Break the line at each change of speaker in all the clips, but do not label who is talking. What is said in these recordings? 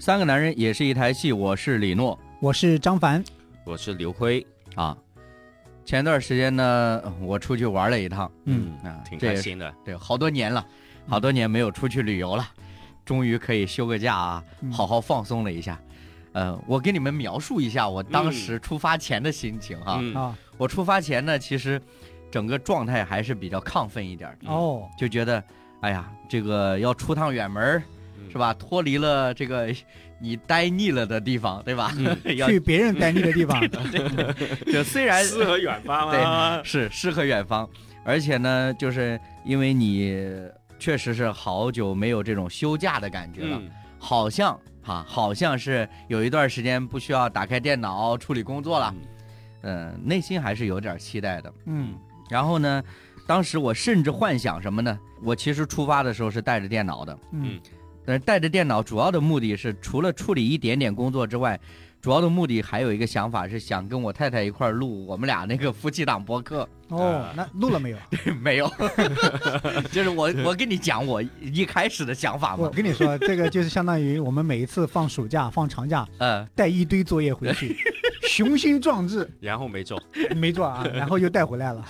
三个男人也是一台戏，我是李诺
我是张凡，
我是刘辉，
啊。前段时间呢，我出去玩了一趟，
嗯，
啊
挺
这
开
也
心嗯的，
对，好多年了，好多年没有出去旅游了，终于可以休个假啊，
嗯
好好放松了一下。呃，我给你们描述一下我当时出发前的心情哈、
嗯
啊
我出发前呢，其实整个状态还是比较亢奋一点儿的，
嗯
哦，
就觉得，哎呀，这个要出趟远门儿
嗯
是吧？脱离了这个哎你待腻了的地方，对吧？
嗯
嗯要
去别人待腻的地 方，
就虽然
诗和远方 啊，
是诗和远方，而且呢，就是因为你确实是好久没有这种休假的感觉了，
嗯
好像哈、好像是有一段时间不需要打开电脑处理工作了，嗯、内心还是有点期待的。
嗯
然后呢，当时我甚至幻想什么呢？我其实出发的时候是带着电脑的，
嗯
嗯
但是带着电脑主要的目的是，除了处理一点点工作之外，主要的目的还有一个想法是想跟我太太一块儿录我们俩那个夫妻档播客。呃
哦，那录了没有？
没有，就是我我跟你讲我一开始的想法
我
嘛，
跟你说，这个就是相当于我们每一次放暑假、放长假，
嗯，
带一堆作业回 去，雄心壮志
然后没中，
没做啊，然后又带回来了。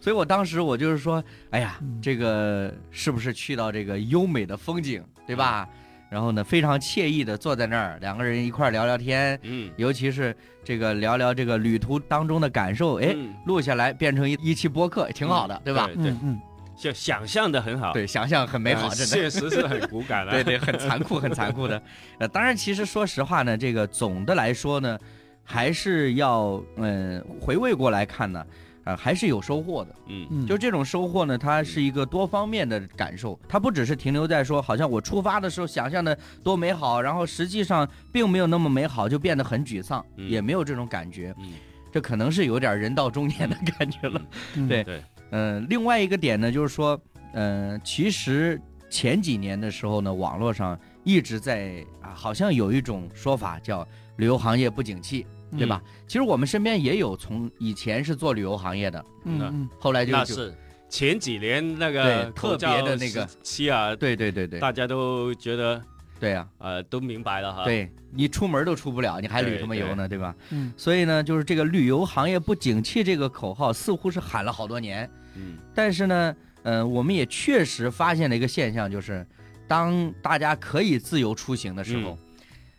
所以我当时我就是说，哎呀
嗯，
这个是不是去到这个优美的风景，对吧？然后呢，非常惬意的坐在那儿，两个人一块儿聊聊天，
嗯，
尤其是这个聊聊这个旅途当中的感受，哎，
嗯，
录下来变成一一期播客，挺好的，对吧？
对
嗯，嗯，
就想象的很好，
对，想象很美好，
呃
真的。
现实是很骨感啊的，
对，对，很残酷，很残酷的。呃，当然，其实说实话呢，这个总的来说呢，还是要嗯回味过来看呢，呃，还是有收获的。
嗯
嗯，
就这种收获呢，它是一个多方面的感受，它不只是停留在说好像我出发的时候想象的多美好，然后实际上并没有那么美好，就变得很沮丧，
嗯
也没有这种感觉。
嗯，
这可能是有点人到中年的感觉了。
嗯
对
对，
嗯，另外一个点呢，就是说，嗯，其实前几年的时候呢，网络上一直在啊，好像有一种说法叫旅游行业不景气，对吧？其实我们身边也有从以前是做旅游行业的，
嗯
那
嗯
后来就
那
就是
前几年那
对
个
特别的那个
期啊，
对对对对
大家都觉得
对呀、
呃都明白了哈，，
对你出门都出不了，你还旅
对
什么游呢，对吧？
嗯
所以呢，就是这个旅游行业不景气这个口号，似乎是喊了好多年，
嗯
但是呢，呃，我们也确实发现了一个现象，就是当大家可以自由出行的时候，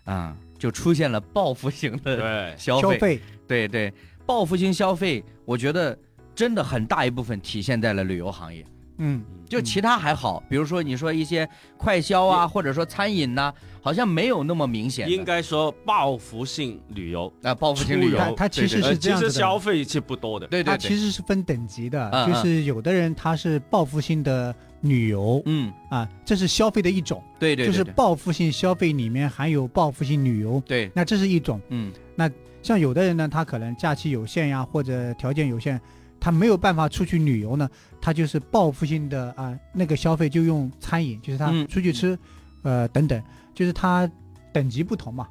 啊，就出现了报复型的
嗯对，
消
嗯，消
费。
费
对对，报复型消费，我觉得真的很大一部分体现在了旅游行业。
嗯
就其他还好，比如说你说一些快消啊，或者说餐饮呐、好像没有那么明显的。
应该说报复性旅游，
啊，报复型旅
出
游，
游
它它其
对
实
对
是
呃
这
其
样子
实
的
消费是不多的，
对
它
对
其
对，
实是分等级的，
嗯嗯
就是有的人他是报复性的旅游
嗯，
啊，这是消费的一种，
对对，对
就是
对
报复性消费里面含有报复性旅游，
对，
那这是一种。
嗯，
像有的人呢，他可能假期有限呀，或者条件有限，他没有办法出去旅游呢，他就是报复性的啊，那个消费就用餐饮，就是他
嗯
出去吃，呃等等，就是他等级不同嘛。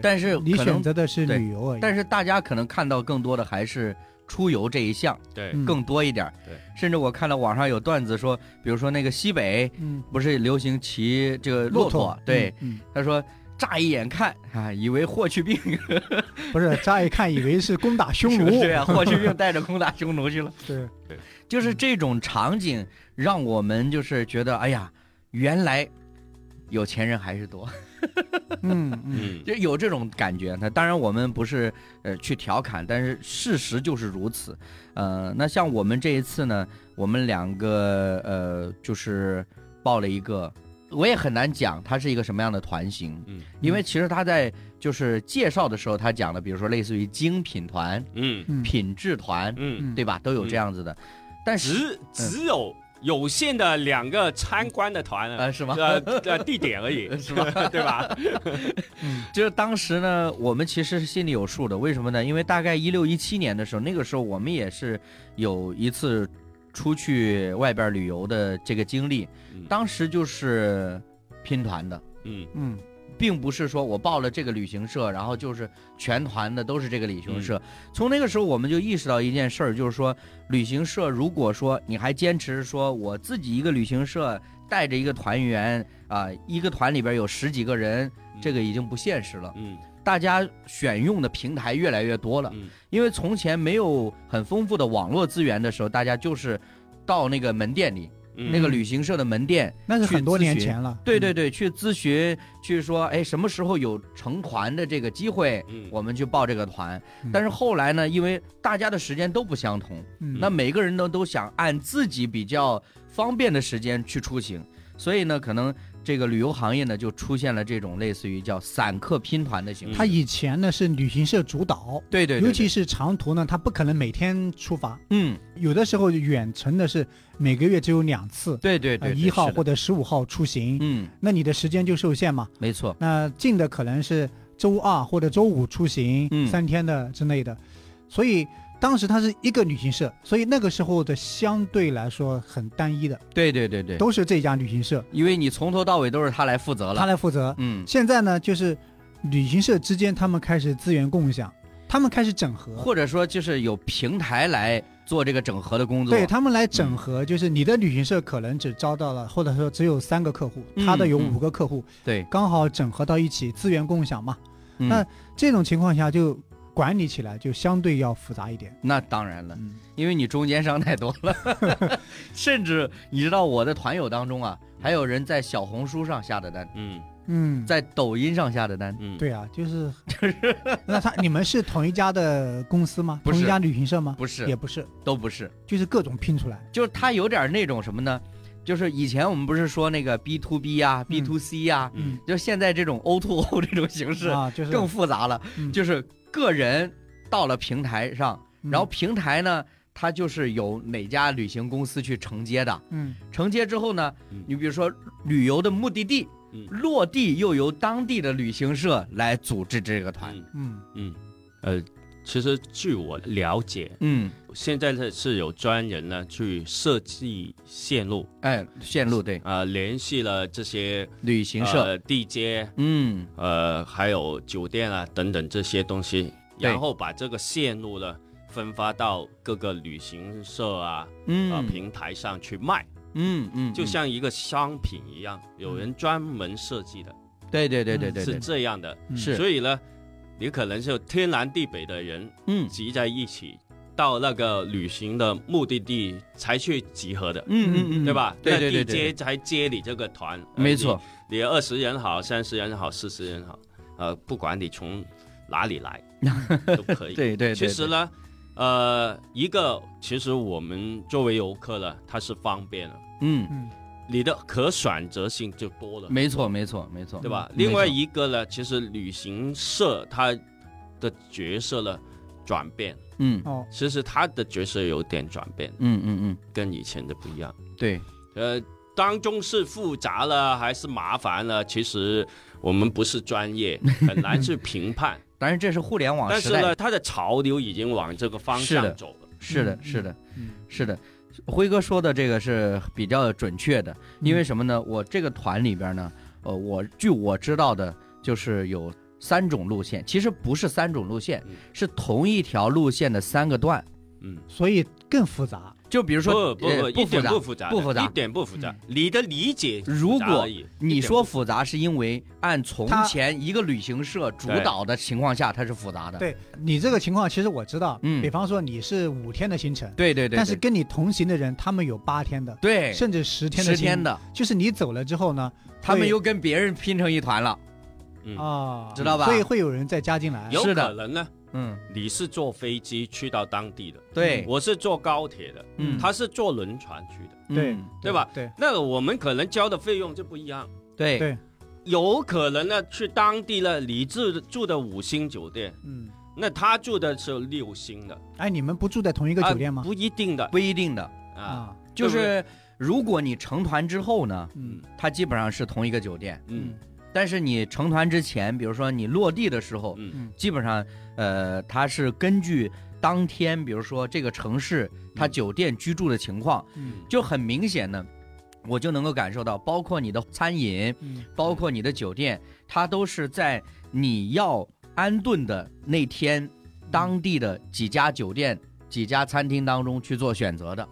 但是
你
可能
选，择的是
对
旅游而已。
但是大家可能看到更多的还是出游这一项。
对，
嗯
更多一点。
对，
甚至我看到网上有段子说，比如说那个西北
嗯，
不是流行骑这个骆
骆
驼，对，，
嗯，
他说。乍一眼看啊，以为霍去病，
嗯不是乍一看以为是攻 打匈奴，
对啊，霍去病带着攻打匈奴去了。
对，
就是这种场景，让我们就是觉得，哎呀，原来有钱人还是多，
嗯嗯，
嗯，
就有这种感觉。那当然，我们不是呃去调侃，但是事实就是如此。呃，那像我们这一次呢，我们两个呃就是报了一个，我也很难讲它是一个什么样的团型，
嗯
因为其实他在就是介绍的时候，他讲了，比如说类似于精品团、
嗯
嗯
品质团，
嗯，
对吧，都有这样子的。但是
只只有有限的两个参观的团啊
呃是 吗？
呃呃地点而已，
是吧？
对吧？
嗯
就是当时呢，我们其实是心里有数的，为什么呢？因为大概一六一七年的时候，那个时候我们也是有一次出去外边旅游的这个经历
嗯，
当时就是拼团的，
嗯
嗯
并不是说我报了这个旅行社，然后就是全团的都是这个旅行社。从那个时候我们就意识到一件事儿，就是说旅行社如果说你还坚持说我自己一个旅行社带着一个团员啊、一个团里边有十几个人，这个已经不现实了。
嗯
大家选用的平台越来越多了，
嗯
因为从前没有很丰富的网络资源的时候，大家就是到那个门店里，
嗯
那个旅行社的门店，
那是
去
很多
咨
年
询
前了。
对对对，去咨询，去说，哎，什么时候有成团的这个机会，
嗯
我们去报这个团
嗯。
但是后来呢，因为大家的时间都不相同，
嗯，
那每个人呢都想按自己比较方便的时间去出行，所以呢，可能这个旅游行业呢就出现了这种类似于叫散客拼团的形式。
他以前呢是旅行社主导，
对对对，
尤其
对
是长途呢，他不可能每天出发，
嗯，
有的时候远程的是每个月只有两次，
对对对，
呃，
对
一号
是的
或者十五号出行，
嗯，
那你的时间就受限嘛。
没错，
那近的可能是周二或者周五出行，
嗯
三天的之类的，所以当时它是一个旅行社，所以那个时候的相对来说很单一的，
对对对对，
都是这家旅行社
因为你从头到尾都是他来负责
他
了，
来负责。
嗯，
现在呢，就是旅行社之间他们开始资源共享，他们开始整合。
或者说就是有平台来做这个整合的工作，
对他们来整合，就是你的旅行社可能只招到了，或者说只有三个客户，
嗯
他的有
嗯
五个客户，
对，
刚好整合到一起，资源共享嘛。
嗯
那这种情况下，就管理起来就相对要复杂一点。
那当然了，
嗯，
因为你中间商太多了， 甚至你知道我的团友当中啊，还有人在小红书上下的单，
嗯
嗯，
在抖音上下的单，
嗯，
对啊，就是 就是，那他你们是同一家的公司吗？
不
同一
是
家旅行社吗？
不是
也不是，
都不是，
就是各种拼出来。
就是他有点那种什么呢？就是以前我们不是说那个 B to B 呀、B to C 呀、
嗯
就现在这种 O to O 这种形式
啊，就是
更复杂了，
嗯
就是个人到了平台上，
嗯
然后平台呢，它就是有哪家旅行公司去承接的，
嗯
承接之后呢
嗯，
你比如说旅游的目的地
嗯，
落地又由当地的旅行社来组织这个团，
嗯
嗯
嗯呃，其实据我了解，
嗯，
现在呢是有专人呢去设计线路，
哎，线路对，
呃，联系了这些
旅行社，
呃、地接、
嗯，
呃，还有酒店啊等等这些东西，
对
然后把这个线路呢分发到各个旅行社啊、呃
嗯，
平台上去卖，
嗯嗯，
就
嗯
像一个商品一样，有人专门设计的，
对对对对对
是
对，
这样的。
嗯
是
所以呢，你可能就天南地北的人
嗯
集在一起，到那个旅行的目的地才去集合的。
嗯嗯嗯，
对吧？
对对对
那地接
对，
才接你这个团，呃
没错，
你二十人好，三十人好，四十人好，呃，不管你从哪 里来都可以。
对对对，
其实
对，
呢，呃，一个其实我们作为游客呢，它是方便了，
嗯，
嗯
你的可选择性就多了，
没错没错没错，
对吧？
没
另外
错
一个呢，其实旅行社它的角色呢转变，
嗯
哦，
其实它的角色有点转变，
嗯嗯
跟以前的不一样。
嗯，对，
呃，当中是复杂了还是麻烦了？其实我们不是 专业，很难去评判。
当然这是互联网
但
哦时
是
代
呢，它的潮流已经往这个方
是
向
的
走了。
是的，
嗯
是的，
嗯
是的，辉哥说的这个是比较准确的，
嗯
因为什么呢？我这个团里边呢，呃，我据我知道的，就是有三种路线，其实不是三种路线
嗯，
是同一条路线的三个段。
嗯，
所以更复杂。
就比如说，
不
呃
不一
复
点
杂
不。复杂的，
不复杂
一点不复杂
嗯。
你的理解复杂
如果
而已
你说复杂是因为按从
它
前一个旅行社主
对
导的情况下，它是复杂的。
对你这个情况，其实我知道，
嗯
比方说你是五天的行程，
对对对，
但是
对
跟你同行的人，他们有八天的，
对
甚至十天的
十
行
天，的，
就是你走了之后呢，
他们
会
又跟别人拼成一团了。
嗯
啊，
知道吧
所以会有人再加进来。
有
是的
可能呢，
嗯，
你是坐飞机去到当地的，
对，
我是坐高铁的，
嗯，
他是坐轮船去的。
对
嗯
对吧？
对，
那我们可能交的费用就不一样，
对
对
有可能呢去当地呢，你住住的五星酒店，
嗯，
那他住的是六星的，
哎，你们不住在同一个酒店吗？
不一定的
啊不一定的。
啊，，
就
对不
是如果你成团之后呢，
嗯
它基本上是同一个酒店，
嗯
但是你成团之前，比如说你落地的时候，
嗯
嗯
基本上呃，它是根据当天，比如说这个城市它酒店居住的情况，
嗯
就很明显呢。我就能够感受到，包括你的餐饮，
嗯
包括你的酒店，它都是在你要安顿的那天，
嗯
当地的几家酒店、几家餐厅当中去做选择的。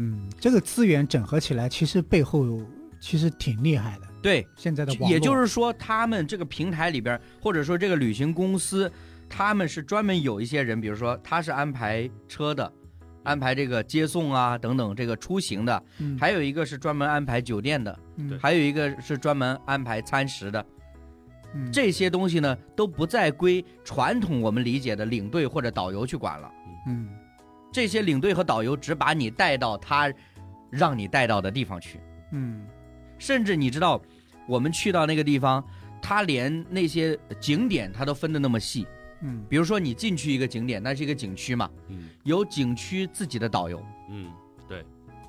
嗯，这个资源整合起来，其实背后其实挺厉害的。
对，
现在的网络，
也就是说，他们这个平台里边儿，或者说这个旅行公司，他们是专门有一些人，比如说他是安排车的，安排这个接送啊等等这个出行的，
嗯
还有一个是专门安排酒店的，
嗯
对
还有一个是专门安排餐食的。
嗯
这些东西呢，都不再归传统我们理解的领队或者导游去管了。
嗯
这些领队和导游只把你带到他让你带到的地方去。
嗯
甚至你知道，我们去到那个地方，它连那些景点它都分得那么细。
嗯
比如说你进去一个景点，那是一个景区嘛，
嗯
有景区自己的导游，
嗯，对，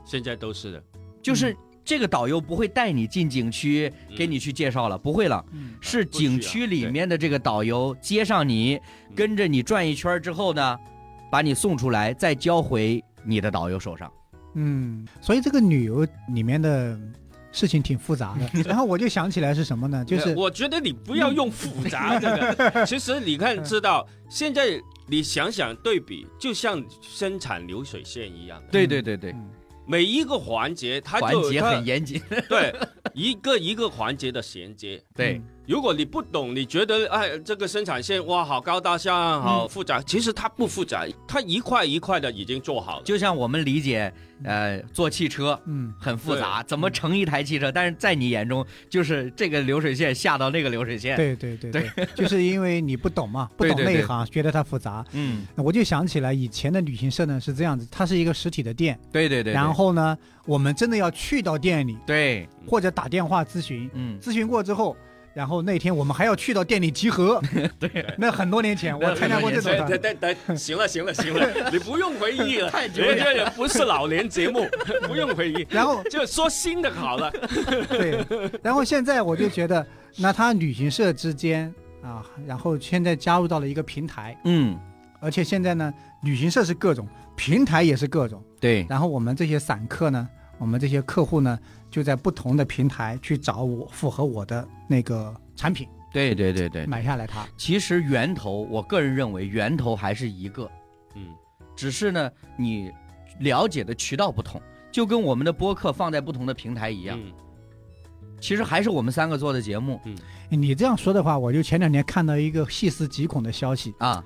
现在都是的，
就是这个导游不会带你进景区
嗯
给你去介绍了，不会了。
嗯
是景区里面的这个导游接上你，
嗯
跟着你转一圈之后呢，把你送出来，再交回你的导游手上。
嗯，所以这个旅游里面的事情挺复杂 的。然后我就想起来是什么呢？就是
呃我觉得你不要用复杂这个。其实你看，知道现在你想想对比，就像生产流水线一样的，
对对对对，
嗯
每一个环节它
环
就
节
它
很严谨。
对一个一个环节的衔接。
对，
如果你不懂，你觉得哎，这个生产线哇，好高大上，好复杂。其实它不复杂，它一块一块的已经做好了。
就像我们理解，呃，坐汽车，
嗯
很复杂，怎么乘一台汽车？但是在你眼中，就是这个流水线下到那个流水线。，
对对对对，就是因为你不懂嘛，不懂
对对对
内行，觉得它复杂。
嗯，
那我就想起来以前的旅行社呢是这样子，它是一个实体的店，
对对对。
然后呢，我们真的要去到店里
对，
或者打电话咨询，
嗯，
咨询过之后。然后那天我们还要去到店里集合，对，那很多年前我参加过这种
对对
团，
对对，行了行了 行了，你不用回忆了，
太久
人
远
家也不是老年节目， 不用回忆，
然后
就说新的好了。
对，然后现在我就觉得，那他旅行社之间啊，然后现在加入到了一个平台，
嗯，
而且现在呢，旅行社是各种，平台也是各种，
对，
然后我们这些散客呢，我们这些客户呢，就在不同的平台去找我符合我的那个产品，
对对对对。
买下来它。
其实源头，我个人认为源头还是一个，
嗯，
只是呢，你了解的渠道不同，就跟我们的播客放在不同的平台一样。
嗯
其实还是我们三个做的节目
你这样说的话，我就前两天看到一个细思极恐的消息，
啊，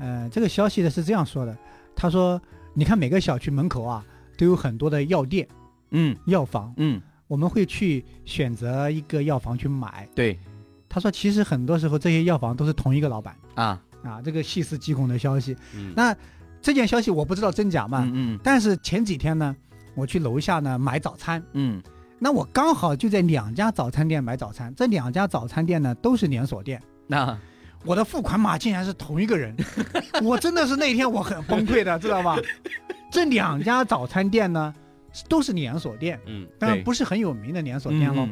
呃，这个消息呢是这样说的，他说，你看每个小区门口啊，都有很多的药店、
嗯
药房。
嗯，
我们会去选择一个药房去买。
对
他说，其实很多时候这些药房都是同一个老板
啊，
啊，这个细思极恐的消息。
嗯
那这件消息我不知道真假嘛，
嗯
但是前几天呢，我去楼下呢买早餐，
嗯嗯，
那我刚好就在两家早餐店买早餐，这两家早餐店呢都是连锁店。
那
我的付款码竟然是同一 个人，我真的是那天我很崩溃的，知道吧？这两家早餐店呢都是连锁店，
嗯
当然
对
不是很有名的连锁
嗯
店喽。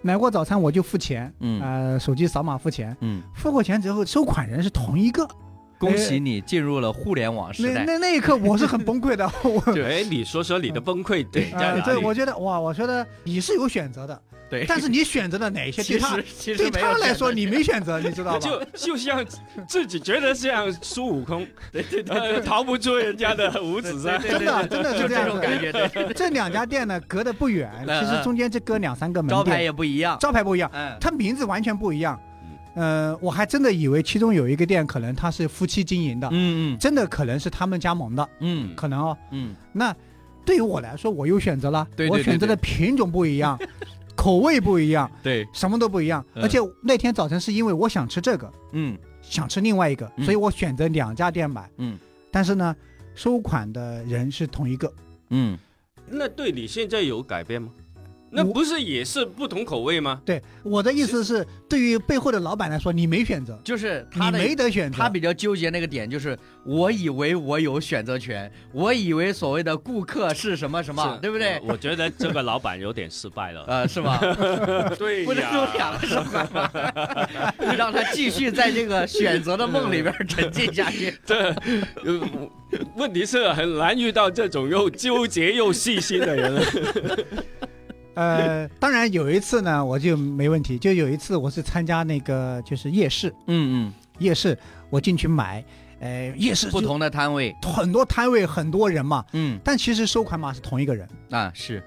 买过早餐我就付钱，
嗯嗯
呃，手机扫码付钱，
嗯，
付过钱之后收款人是同一个。
恭喜你进入了互联网时
哎那
代。
那那一刻我是很崩溃的， 我
就哎，你说说你的崩溃点
嗯哎
在
呃，
哪
对，我
里？
觉得哇，我觉得你是有选择的，
对，
但是你选择了哪一些对他
哎其
对他来说你没选择，你 知道吧？
就就像自己觉得像孙悟空， 对对对，逃不出人家的五指山。
真的真的是
就
这
这种感
样
觉，对，
子。这两家店呢隔得不 远，
嗯
其实中间这隔两三个门
招牌嗯
店，
也不一样，
招牌不一样，
嗯，
它名字完全不一样。呃，我还真的以为其中有一个店可能它是夫妻经营的，
嗯
真的可能是他们加盟的，
嗯
可能哦。
嗯
那对于我来说，我有选择了，
对对
我选择的品种不一 样，口味不一样，
嗯，对，
什么都不一样。
嗯
而且那天早晨是因为我想吃这个，
嗯
想吃另外一个，
嗯
所以我选择两家店买。
嗯
但是呢，收款的人是同一个。
嗯，
那对你现在有改变吗？那
我
不是也是不同口味吗？
对，我的意思是，对于背后的老板来说，你没选择，
就是
你
他的
没得选择。
他比较纠结那个点，就是我以为我有选择权，我以为所谓的顾客是什么什么，
是呃
对不对？
我我觉得这个老板有点失败了。
呃，是吧？
对
不能
哎呀
有两个手环吗？让他继续在这个选择的梦里边沉浸下去。
这呃问题是很难遇到这种又纠结又细心的人了。
呃，当然有一次呢，我就没问题。就有一次我是参加那个就是夜市，
嗯
夜市我进去买，呃，夜市
嗯，不
就
同的摊位，
很多摊位很多人嘛，
嗯
但其实收款码是同一个人，
啊是，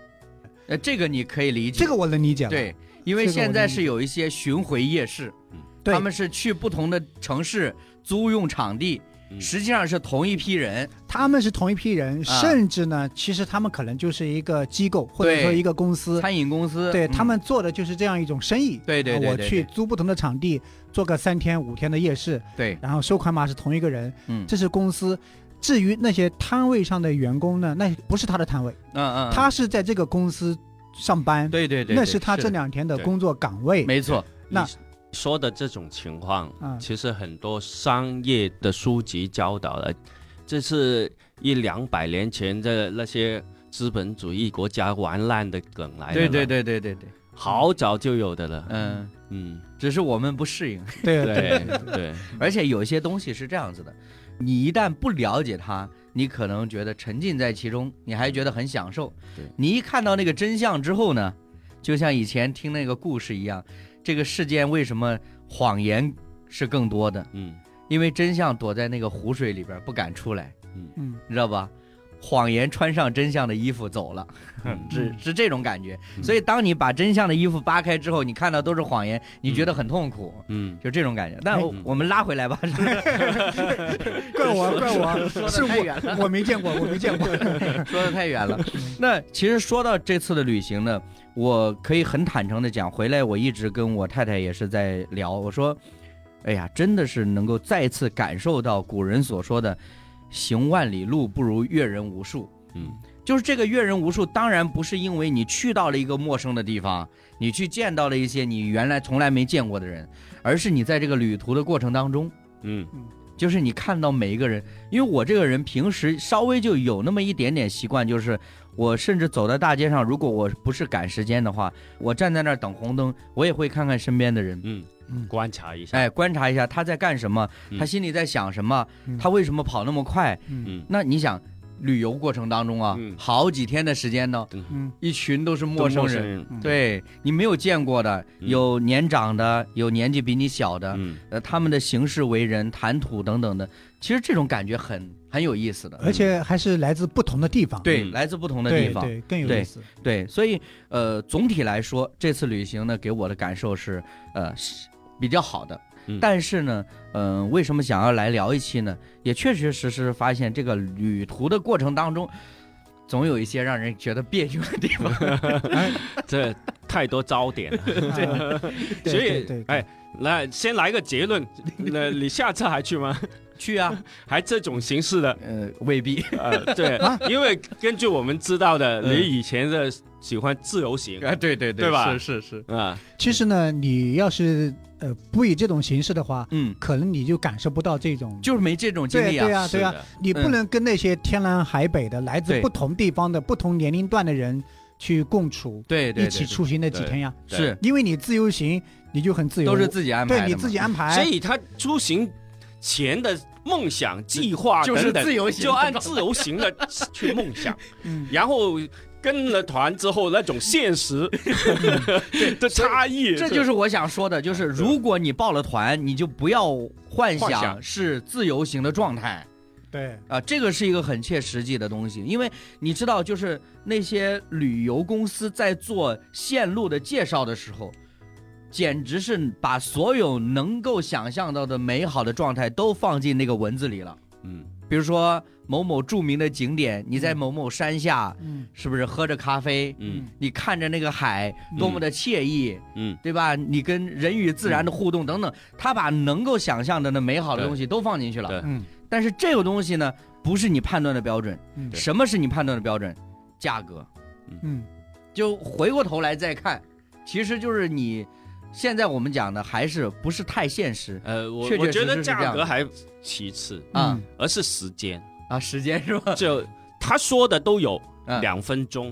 呃这个你可以理解，
这个我能理解了。
对，因为
这个
现
我
在
能
是
理
有一些巡回夜市，
对
他们是去不同的城市租用场地，
嗯
实际上是同一批人，
他们是同一批人，
啊
甚至呢，其实他们可能就是一个机构或者
对
说一个公司，
餐饮公司，
对
嗯
他，们做的就是这样一种生意。
对对
啊
对
我
对
去租不同的场地，做个三天五天的夜市，
对，
然后收款码是同一个人，
嗯
这是公司。至于那些摊位上的员工呢，那不是他的摊位，
嗯嗯，嗯
他是在这个公司上班，
对对对，
那
对
是他这两天的
对
工作岗位。
没错，
那
你 说的这种情况，
嗯
其实很多商业的书籍教导了，这是一两百年前的那些资本主义国家玩烂的梗来的，
对对，对对对对，
好早就有的了，
嗯，
嗯，
只是我们不适应，
对
对对，
而且有些东西是这样子的，你一旦不了解它。你可能觉得沉浸在其中，你还觉得很享受
对。
你一看到那个真相之后呢，就像以前听那个故事一样，这个世间为什么谎言是更多的？
嗯
因为真相躲在那个湖水里边儿不敢出来，
嗯，
你知道吧？谎言穿上真相的衣服走了，
嗯
是是这种感觉。
嗯
所以当你把真相的衣服扒开之后，你看到都是谎言，你觉得很痛苦，
嗯，
就这种感觉。但我
嗯
我们拉回来吧，
怪我怪我，
说
是
的太远了，
我没见过，我没 见过。嗯
说的太远了。那其实说到这次的旅行呢，我可以很坦诚的讲，回来我一直跟我太太也是在聊，我说，哎呀，真的是能够再次感受到古人所说的“行万里路不如阅人无数”。
嗯，
就是这个阅人无数，当然不是因为你去到了一个陌生的地方，你去见到了一些你原来从来没见过的人，而是你在这个旅途的过程当中，
嗯
就是你看到每一个人，因为我这个人平时稍微就有那么一点点习惯，就是我甚至走在大街上，如果我不是赶时间的话，我站在那儿等红灯，我也会看看身边的人，
嗯
嗯嗯，观察一下，
哎，观察一下他在干什么，
嗯
他心里在想什么，
嗯
他为什么跑那么快？
嗯
嗯
那你想，旅游过程当中啊
嗯，
好几天的时间呢，
嗯，
嗯
一群都是陌生人。
人，
嗯，
对你没有见过的，
嗯
有年长的，有年纪比你小的，
嗯
呃，他们的行事为人、谈吐等等的，其实这种感觉很很有意思的。
而且还是来自不同的地方，
对，
嗯
来自不同的
对
地方，
对更有
对
意 思。
对所以呃，总体来说，这次旅行呢，给我的感受是呃是比较好的。
嗯
但是呢，嗯、为什么想要来聊一期呢？也确确实实发现这个旅途的过程当中，总有一些让人觉得别扭的地 方。
这太多 焦点 了，
啊对
所
对对，
以
对
哎，那先来个结 论，那你下次还去吗？
去 啊，
还这种形式的？
呃，未必。
呃，对，因为根据我们知道的，
啊嗯
你以前的喜欢自由行
啊，对对对，
对吧
是是是，
啊，
其实呢，你要是呃不以这种形式的话，
嗯，
可能你就感受不到这种。
就是没这种经
对
历啊。
对啊对啊，你不
嗯
能跟那些天南海北的、来自
对
不同地方的、不同年龄段的人去共处，
对对
一
对
起
对
出行那几
对
天呀。
对
是
因为你自由行，你就很自由，
都是自己安排的啊
对
嘛，
你自己安
哎
所
排。
以他出行前的梦想、计划
就是
啊等等
自由行
就按自由行的去梦 想，
嗯，
然后跟了团之后那种现实 的差异，
这就是我想说的，就是如果你报了团，你就不要幻
嗯幻
想
想
是自由行的状态
对，
啊、这个是一个很切实际的东西，因为你知道，就是那些旅游公司在做线路的介绍的时候，简直是把所有能够想象到的美好的状态都放进那个文字里了，
嗯
比如说某某著名的景点，你在
嗯
某某山下，
嗯
是不是喝着咖啡？
嗯
你看着那个海，多么的惬意，
嗯
对吧？你跟人与自然的互动等等，他把能够想象的那美好的东西都放进去了。
对
嗯
但是这个东西呢，不是你判断的标准。
嗯
什么是你判断的标准？价格。
嗯
就回过头来再看，其实就是你现在我们讲的还是不是太现实
呃，我
确确
我
实实
觉得
是这样
价格还其次，
啊、
嗯
而是时间，
啊？时间是 吧？
就他说的都有
嗯
两分钟。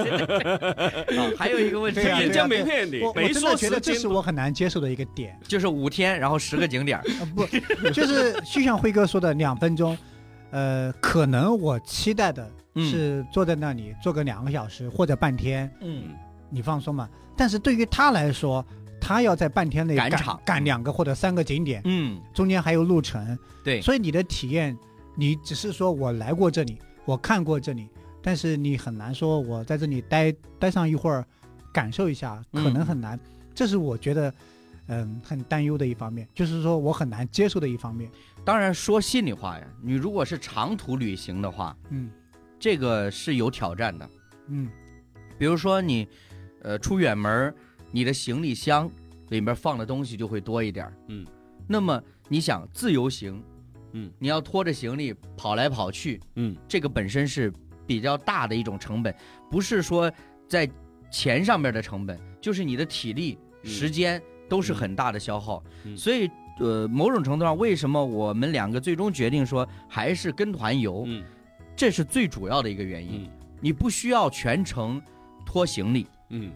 啊还有一个问题
对啊
人
对
家
啊
没骗你
我，我
没
真
说
的觉得
时
这是
间。
我很难接受的一个 点，
就是五天，然后十个景点儿。
呃、不，就是就像辉哥说的，两分钟，呃，可能我期待的
嗯
是坐在那里坐个两个小时或者半天，
嗯
你放松嘛。但是对于他来说，他要在半天内
赶
赶
场
赶两个或者三个景点，
嗯，
中间还有路程，
对，
所以你的体验，你只是说我来过这里，我看过这里，但是你很难说我在这里待待上一会儿，感受一下，可能
嗯
很难。这是我觉得，嗯，很担忧的一方面，就是说我很难接受的一方面。
当然说心里话呀，你如果是长途旅行的话，
嗯
这个是有挑战的。
嗯
比如说你，呃，出远门儿，你的行李箱里面放的东西就会多一点儿
嗯，
那么你想自由行，
嗯，
你要拖着行李跑来跑去，
嗯，
这个本身是比较大的一种成本，不是说在钱上面的成本，就是你的体力、
嗯
时间都是
嗯
很大的消耗。
嗯
所以，呃，某种程度上，为什么我们两个最终决定说还是跟团游，
嗯
这是最主要的一个原因。
嗯
你不需要全程拖行李，
嗯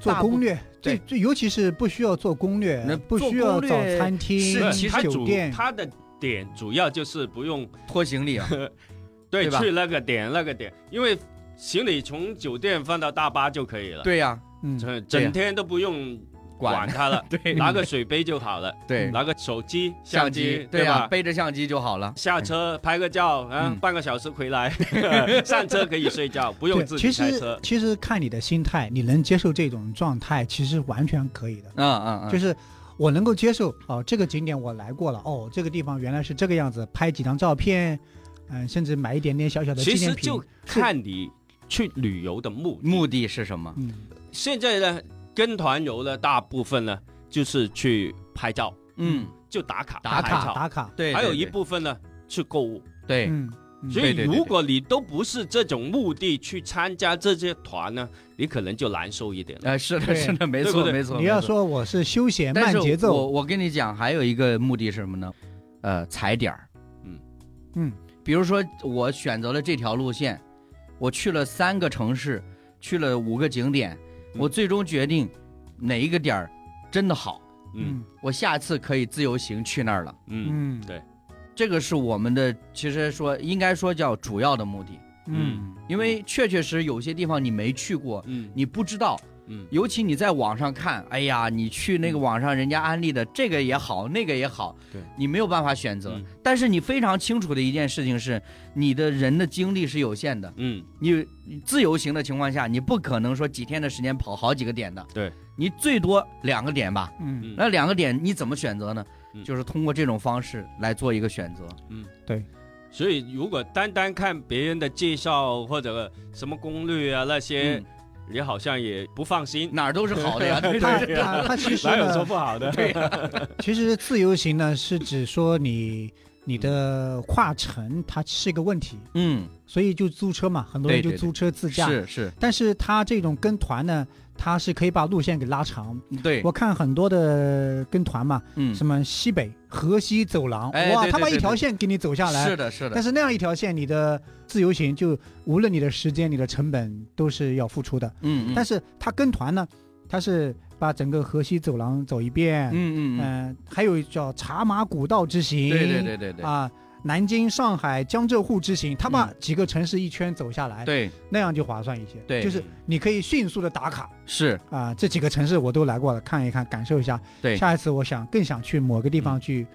做
大部
攻略，最
对
最尤其是不需要做攻略，
那
不
做
需要
攻
找
略
餐厅、
是
嗯，
其
他
酒
主
店，
他的点主要就是不用
拖行李啊，对
对
吧
去那个点那个点，因为行李从酒店放到大巴就可以 了，
对呀、
嗯，
整，
对呀
整天都不用
管，
管它了
对
拿个水杯就好了，
对
拿个手机、
相
机，
对呀、
啊
吧？
背着相机就好了。
下车拍个照，啊
嗯，
半个小时回 来，上车可以睡觉，不用
对
自己
其
开
实
车。
其实看你的心态，你能接受这种状态，其实完全可以的。
嗯嗯嗯，
就是我能够接受哦，这个景点我来过了，哦，这个地方原来是这个样子，拍几张照片，嗯，甚至买一点点小小的纪
其实
念品。
就看你去旅游的目的。
目的是什么？
嗯，
现在呢，跟团游的大部分呢，就是去拍照，
嗯，
就打卡
打
拍
卡
照
打卡，
对，
还有
对
一
对
部分呢去购物。
对，
嗯，嗯
所
对
以，
对对
如果你都不是这种目的去参加这些团呢，你可能就难受一点了。
呃，是的，
对
是的，没
对
错，
不对
没错。
你要
没错，
说我是休闲
但
哎慢
是
节
我
奏，
我跟你讲，还有一个目的是什么呢？呃，踩点儿。
嗯
嗯，
比如说我选择了这条路线，我去了三个城市，去了五个景点，
嗯
我最终决定哪一个点儿真的好，
嗯
我下次可以自由行去那儿了。
嗯
嗯
对
这个是我们的，其实说应该说叫主要的目的，
嗯
因为确确实有些地方你没去过，
嗯
你不知道，
嗯
尤其你在网上看，哎呀，你去那个网上人家安利的这个也好，那个也好，
嗯对
你没有办法选择。
嗯
但是你非常清楚的一件事情是，你的人的精力是有限的，
嗯
你你自由行的情况下，你不可能说几天的时间跑好几个点的，
对，
你最多两个点吧。
嗯，
嗯，
那两个点你怎么选择呢？
嗯
就是通过这种方式来做一个选择。
所以如果单单看别人的介绍或者什么攻略啊那些
嗯，，
你好像也不放心。
哪儿都是好的 呀，对
他
对对
他 他其实
哪有
呢
说不好的？
对呀
其实自由行呢是指说你你的跨城它是一个问题，
嗯，
所以就租车嘛，很多人
对
就
对对
租车自驾。
是是，
但是他这种跟团呢，他是可以把路线给拉长。
对，
我看很多的跟团嘛，
嗯，
什么西北河西走廊，
哎
哇，
对
他
对
把
对
一条线给你走下来。
是的，是的
但，是那样一条线，你的自由行就无论你的时间、你的成本都是要付出的。
嗯，嗯
但是他跟团呢，他是把整个河西走廊走一遍，
嗯嗯嗯，
嗯、还有叫茶马古道之行，
对对对对对，
啊，南京、上海、江浙沪之行，他把几个城市一圈走下来，
对
那样就划算一些。
对
就是你可以迅速的打卡
是，
啊、这几个城市我都来过了，看一看，感受一下。
对
下一次我想更想去某个地方去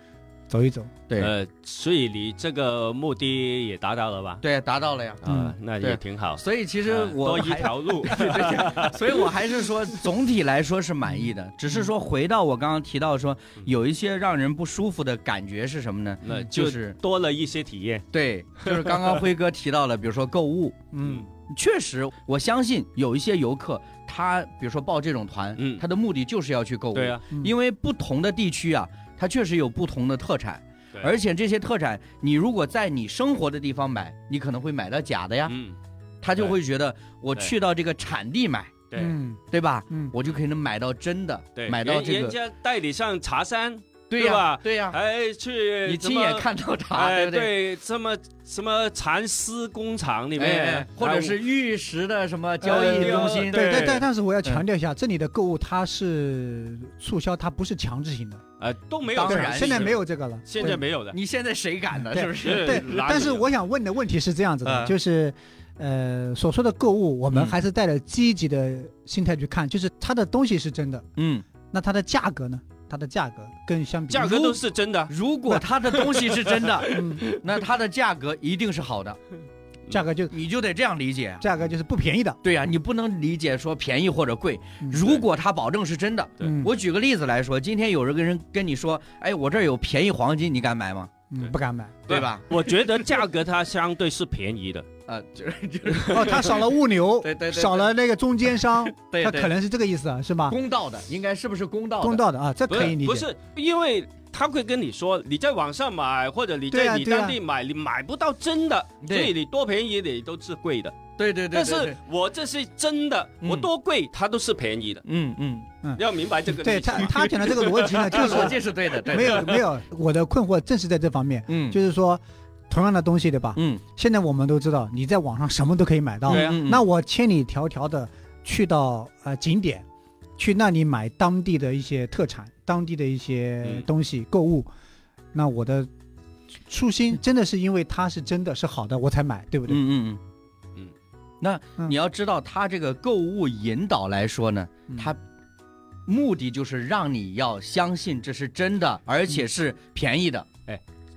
走一走。
对
呃，所以你这个目的也达到了吧？
对，达到了呀。
啊，那
嗯对
也挺好。
所以其实
呃
我
多一
还，
条路。
所以我还是说总体来说是满意的，只是说回到我刚刚提到说
嗯
有一些让人不舒服的感觉是什么呢？
那
嗯就
就是多了一些体验。
对，就是刚刚辉哥提到了，比如说购物，
嗯，
确实，我相信有一些游客，他比如说报这种团，
嗯
他的目的就是要去购物，
对啊，
因为不同的地区啊，它确实有不同的特产，
对
而且这些特产，你如果在你生活的地方买，你可能会买到假的呀，
嗯，
他就
对
会觉得我
对
去到这个产地买，
对
嗯
对吧？
嗯
我就可以能买到真的，
对，
买到
人
这
人
个，
家带你上茶山，
对呀
吧，
对呀，
哎，去
你
什
亲眼
么
看到它，
哎，
对不对？
什么什么蚕丝工厂里面，
哎，或者是玉石的什么交
哎
易
对
中心，
对
呃但但但是我要强调一
嗯
下，这里的购物它是促销，它不是强制性的。
哎呃都没有
当
尝
然
试过，
是
现在没有这个了。
现在没有的，
你现在谁敢呢？
对
是不是？
对，
哪里
但是
有
我想问的问题是这样子的，
嗯
就是，呃，所说的购物，我们
嗯
还是带着积极的心态去看，就是它的东西是真的，
嗯，
那它的价格呢？它的价格跟相比，
价格
如
都是真的，
如果它的东西是真 的，
嗯，
那它的价格一定是好的，
价格就
你就得这样理解啊。
价格就是不便宜的。
对呀、你不能理解说便宜或者贵。
嗯
如果它保证是真的，
对
嗯
我举个例子来说，今天有人跟人跟你说，哎，我这儿有便宜黄金，你敢买吗？
嗯不敢买，
对吧？
我觉得价格它相对是便宜的，
啊，就是就是，，
哦，它少了物流
对对对，
少了那个中间商，
对，
它
对
可能是这个意思啊，是吧？
公道的，应该是不是公道的？
公道的啊，这
不
可以
是
理
不
解。
是，因为他会跟你说你在网上买或者你
对啊
在你
对啊
当地买，你买不到真的，所
对
以你多便宜你都是贵的。
对对对。对
但是
对
我这是真的，
嗯
我多贵它都是便宜的，
嗯嗯，
要明白这个
对
意思
他
嘛
他讲的这个 逻辑呢，就
这逻
是
辑是对的，对
没有，没有，我的困惑正是在这方面，
嗯，
就是说。同样的东西，对吧？
嗯，
现在我们都知道，你在网上什么都可以买到。
对
呀
啊，
那我千里迢迢的去到呃景点，去那里买当地的一些特产、当地的一些
嗯
东西、购物，那我的初心真的是因为它是真的是好的，我才买，对不对？
嗯嗯嗯
嗯
那
嗯
你要知道，他这个购物引导来说呢，
嗯
他目的就是让你要相信这是真的，而
嗯
且是便宜的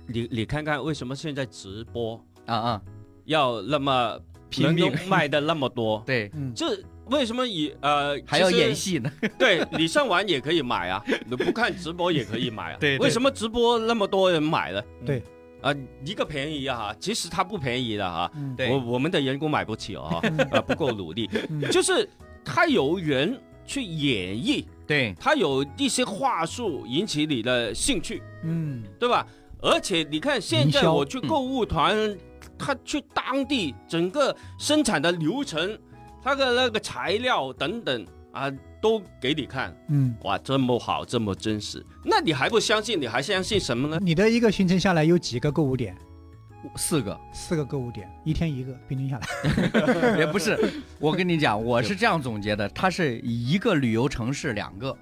你你看看为什么现在直播
啊啊，
要那 么
拼命？
能够卖的那么多
对，
嗯，
这为什么以呃
还要演
戏？
戏呢，
对你上网也可以买啊，你不看直播也可以买啊。
对对
为什么直播那么多人买呢？
对
啊、一个便宜啊，其实它不便宜的哈、
嗯，
对
我我们的员工买不 起哦，
嗯
啊，不够努力，
嗯
就是他有人去演绎，
对，
他有一些话术引起你的兴趣，
嗯，
对吧？而且你看现
营
在
销
我去购物团，他去当地整个生产的流程，他的那个材料等等啊，都给你看。
嗯，
哇，这么好，这么真实，那你还不相信？你还相信什么呢？
你的一个行程下来有几个购物点？
四个
四个购物点，一天一个，平均下来。
也不是， 我跟你讲，我是这样总结的，它是一个旅游城市两个，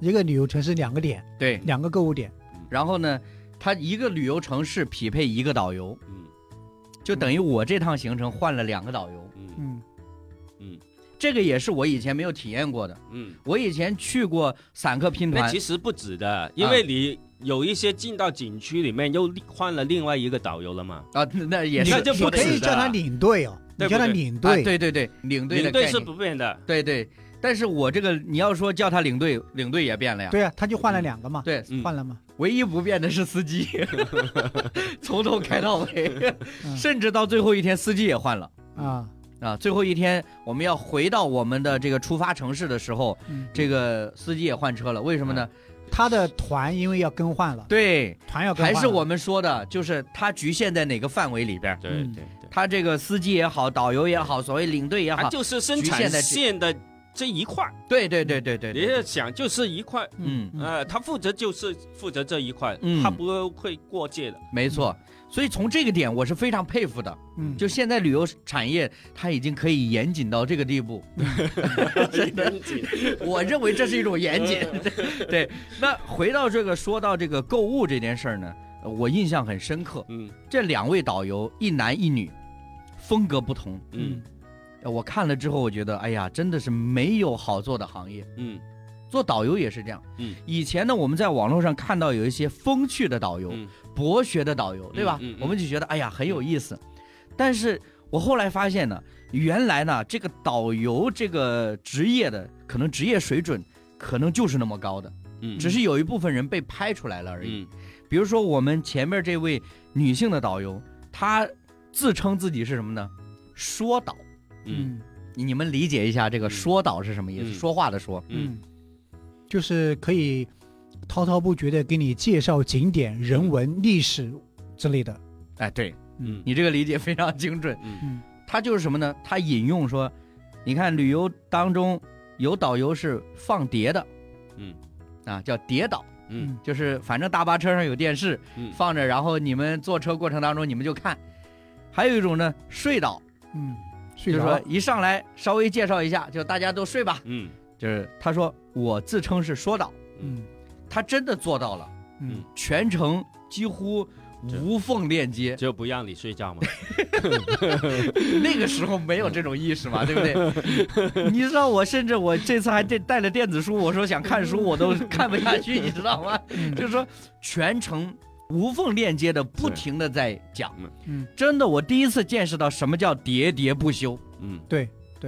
一个旅游城市两个点，
对，
两个购物点，
然后呢，它一个旅游城市匹配一个导游，
嗯
就等于我这趟行程换了两个导游，
嗯
嗯
嗯
这个也是我以前没有体验过的。
嗯，
我以前去过散客拼
那
团
哎其，实不止的，因为你有一些进到景区里面又另换了另外一个导游了嘛。
啊，那那也
你
是
那就
你
不
可以
是的
叫他领队哦，你
对不
叫他
对
领
啊
队，
对对对，领队的
领
概
队
念
是不变的，
对对，但是我这个你要说叫他领队，领队也变了呀。
对啊，他就换了两个嘛，
对，
嗯
换了嘛，
唯一不变的是司机， 从头开到尾，
嗯
甚至到最后一天司机也换了
啊，
啊。最后一天我们要回到我们的这个出发城市的时候，
嗯，
这个司机也换车了，为什么呢？
他的团因为要更换了，
对，
团嗯要更换
还
了，
是我们说的，就是它局限在哪个范围里边儿。
对
嗯
对对，
他这个司机也好，导游也好，所谓领队也
它
啊
好，
就是生
局
产
限在这
线的这一块，
对对对对对
你
对，
要想就是一块，
嗯
呃，他负责就是负责这一块
嗯，
他不会过界的。
没错。所以从这个点，我是非常佩服的。
嗯，
就现在旅游产业，它已经可以严谨到这个地 步，真的，我认为这是一种严谨。
嗯
对，那回到这个，说到这个购物这件事儿呢，呃我印象很深刻。
嗯
这两位导游，一男一女，风格不同。
嗯
呃我看了之后，我觉得，哎呀，真的是没有好做的行业。
嗯
做导游也是这样。
嗯，
以前呢，我们在网络上看到有一些风趣的导游、
嗯
博学的导游，对吧？
嗯嗯嗯嗯
我们就觉得哎呀很有意思。但是我后来发现呢，原来呢这个导游这个职业的可能职业水准可能就是那么高的，
嗯，
只是有一部分人被拍出来了而已。
嗯
比如说我们前面这位女性的导游，她自称自己是什么呢？说导。
嗯
嗯
你你们理解一下这个
嗯
说导是什么意思？
嗯
说话的说。
嗯
嗯，就是可以滔滔不绝的给你介绍景点、人文、历史之类的，
哎，对
嗯
你这个理解非常精准。
嗯
嗯
他就是什么呢？他引用说，你看旅游当中有导游是放碟的，
嗯，
啊叫碟导，
嗯嗯
就是反正大巴车上有电视
嗯
放着，然后你们坐车过程当中你们就看。还有一种呢，睡倒，
嗯，睡
就是
着
说
了
一上来稍微介绍一下，就大家都睡吧。
嗯
就是他说我自称是说倒，
嗯
他真的做到了，
嗯
嗯，
全程几乎无缝链接。
就不让你睡觉嘛。
那个时候没有这种意识 嘛，对不对？你知道我甚至我这次还带带了电子书，我说想看书我都看不下去，你知道 吗？
嗯
就是说全程无缝链接的，不停的在讲。
嗯，
真的，我第一次见识到什么叫喋喋不休
嗯
对，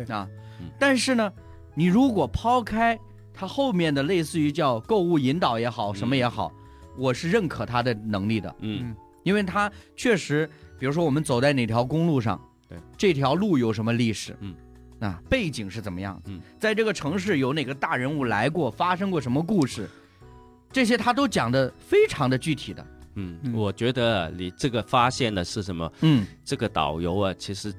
啊
嗯！
但是呢，你如果抛开它后面的类似于叫购物引导也好，什么也好，
嗯
我是认可他的能力的。
嗯
因为它确实，比如说我们走在哪条公路上，
对
这条路有什么历史，
嗯，
啊，背景是怎么样的，
嗯，
在这个城市有哪个大人物来过，发生过什么故事，这些他都讲的非常的具体的，
嗯，
嗯
我觉得你这个发现的是什么？
嗯，
这个导游啊，其实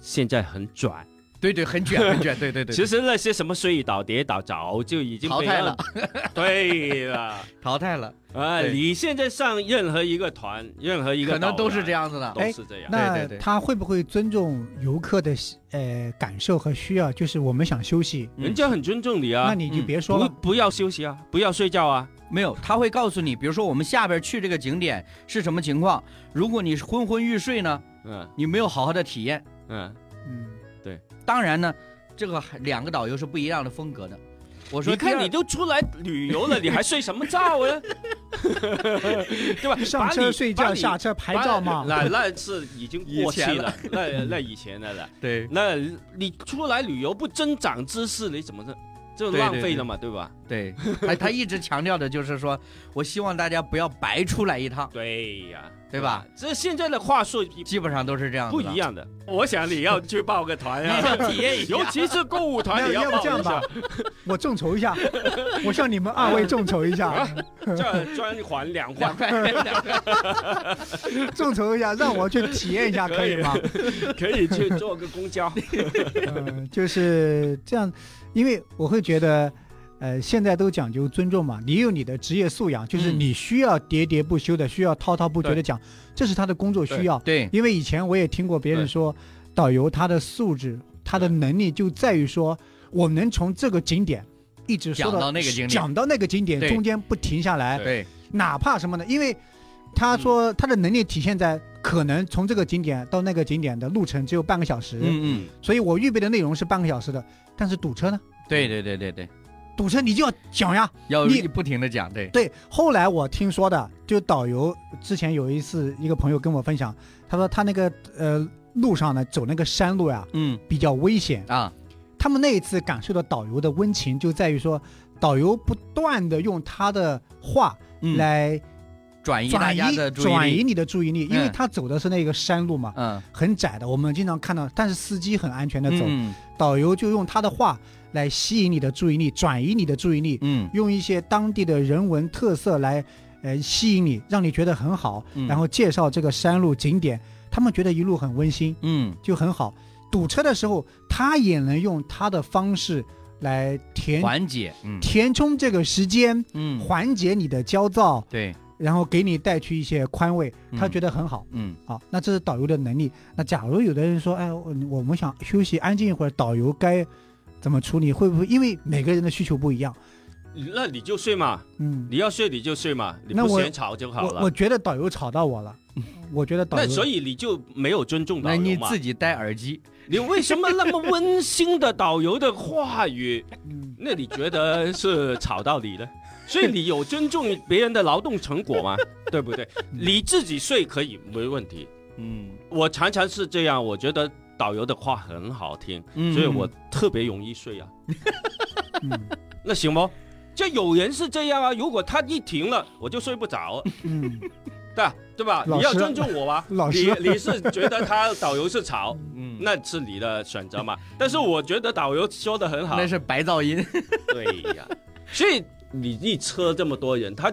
现在很拽。
对对，很卷很卷，对对对，
其实那些什么睡倒、跌倒，早就已经
淘
被
汰
人
了。，
对了，
淘汰了，
啊，
对
你现在上任何一个团，任何一个
可能都是这
样，
样子的
都，
哎
是这样。
那
对对
他会不会尊重游客的呃感受和需要？就是我们想休息，
嗯
人家很尊重你啊，
那你就
嗯
别说
不
了。
不要休息啊，不要睡觉啊。
没有，他会告诉你，比如说我们下边去这个景点是什么情况，如果你昏昏欲睡呢，
嗯
你没有好好的体验，
嗯，
嗯，
当然呢，这个还两个导游是不一样的风格的。我
我
说
你
第
看
二
你都出来旅游了，你还睡什么觉呢？ 对 吧？
上
把
车
你
睡觉，
把你
下车拍照嘛。
那那是已经过期
以前
了，那那以前的了。
对
那你出来旅游不增长知识，你怎么是就
对
浪
对
费
对
了嘛，对吧？
对，他他一直强调的就是说，我希望大家不要白出来一趟，
对呀，
对吧？
这现在的话术一
基本上都是这样子
不
的
一，样的。我想你要去报个团
你 想体验一下，
尤其是购物
没
团，
有
你
要不
报
这样
一下
吧， 我众筹一 下，我向你们二位众筹一下，
这专还两
两
换，
块两块，
众筹一下，让我去体验一下，可以吗？
可以去坐个公交。
嗯，就是这样，因为我会觉得，呃，现在都讲究尊重嘛，你有你的职业素养，就是
嗯
你需要喋喋不休的，需要滔滔不绝的
对
讲，这是他的工作需要。
对
因为以前我也听过别人
对
说，导游他的素质，他的
对
能力就在于说，我能从这个景点一直说
讲到那个景点
讲到那个景点
对
中间不停下来，
对嗯
哪怕什么呢？因为他说他的能力体现在可能从这个景点到那个景点的路程只有半个小时，
嗯嗯，
所以我预备的内容是半个小时的，但是堵车呢？
对对对对对，
堵车你就要讲呀。
要
你
不停的讲，对，
对，后来我听说的，就导游之前有一次一个朋友跟我分享，他说他那个呃路上呢走那个山路呀
嗯
比较危险，
啊，
他们那一次感受到导游的温情就在于说，导游不断的用他的话
嗯，
来
转移大
转
家
移、
的注意
转移
力，
你的注意力，因为
嗯
他走的是那个山路嘛，
嗯，
很窄的，我们经常看到，但是司机很安全的走，
嗯
导游就用他的话来吸引你的注意力，转移你的注意力，
嗯
用一些当地的人文特色来，呃，吸引你，让你觉得很好，
嗯
然后介绍这个山路景点，他们觉得一路很温馨，
嗯，
就很好。堵车的时候，他也能用他的方式来填
缓解，嗯
填充这个时间，
嗯，
缓解你的焦躁，
对，
然后给你带去一些宽慰，他
嗯
觉得很好。
嗯
好，那这是导游的能力。那假如有的人说，哎，我我们想休息安静一会儿，导游该怎么处理？会不会因为每个人的需求不一样？
那你就睡嘛，
嗯，
你要睡你就睡嘛，你
那
不
我
嫌吵就好
我我
了。
觉得导游吵到 我了，我觉得导
那
游
所以你就没有尊重导
那
游
你
嘛？
自己戴耳机，
你为什么那么温馨的导游的话语，
嗯
那你觉得是吵到 你呢？所以你有尊重别人的劳动成果吗？对不对？你自己睡可以没问题。
嗯
我常常是这样，我觉得导游的话很好听，
嗯
所以我特别容易睡啊。
嗯
那行吗？这有人是这样啊，如果他一停了，我就睡不着，
嗯，
对吧对吧？
老
你要
师
尊重我吧。
老
你
师，
你是觉得他导游是吵，
嗯
那是你的选择嘛？但是我觉得导游说的很好
那，是白噪音，
对呀。所以你一车这么多人，他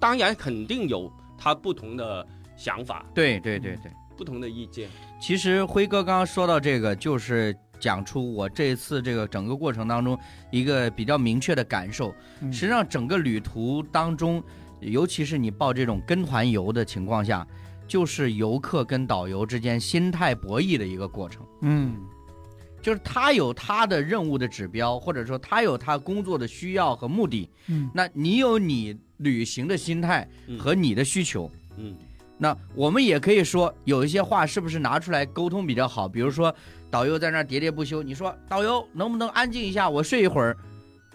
当然肯定有他不同的想法、
对对对对。
不同的意见。
其实辉哥刚刚说到这个，就是讲出我这次这个整个过程当中一个比较明确的感受。
嗯
实际上，整个旅途当中，尤其是你报这种跟团游的情况下，就是游客跟导游之间心态博弈的一个过程。
嗯
就是他有他的任务的指标，或者说他有他工作的需要和目的，
嗯
那你有你旅行的心态和你的需求。
嗯
那我们也可以说，有一些话是不是拿出来沟通比较好？比如说，导游在那儿喋喋不休，你说导游能不能安静一下，我睡一会儿？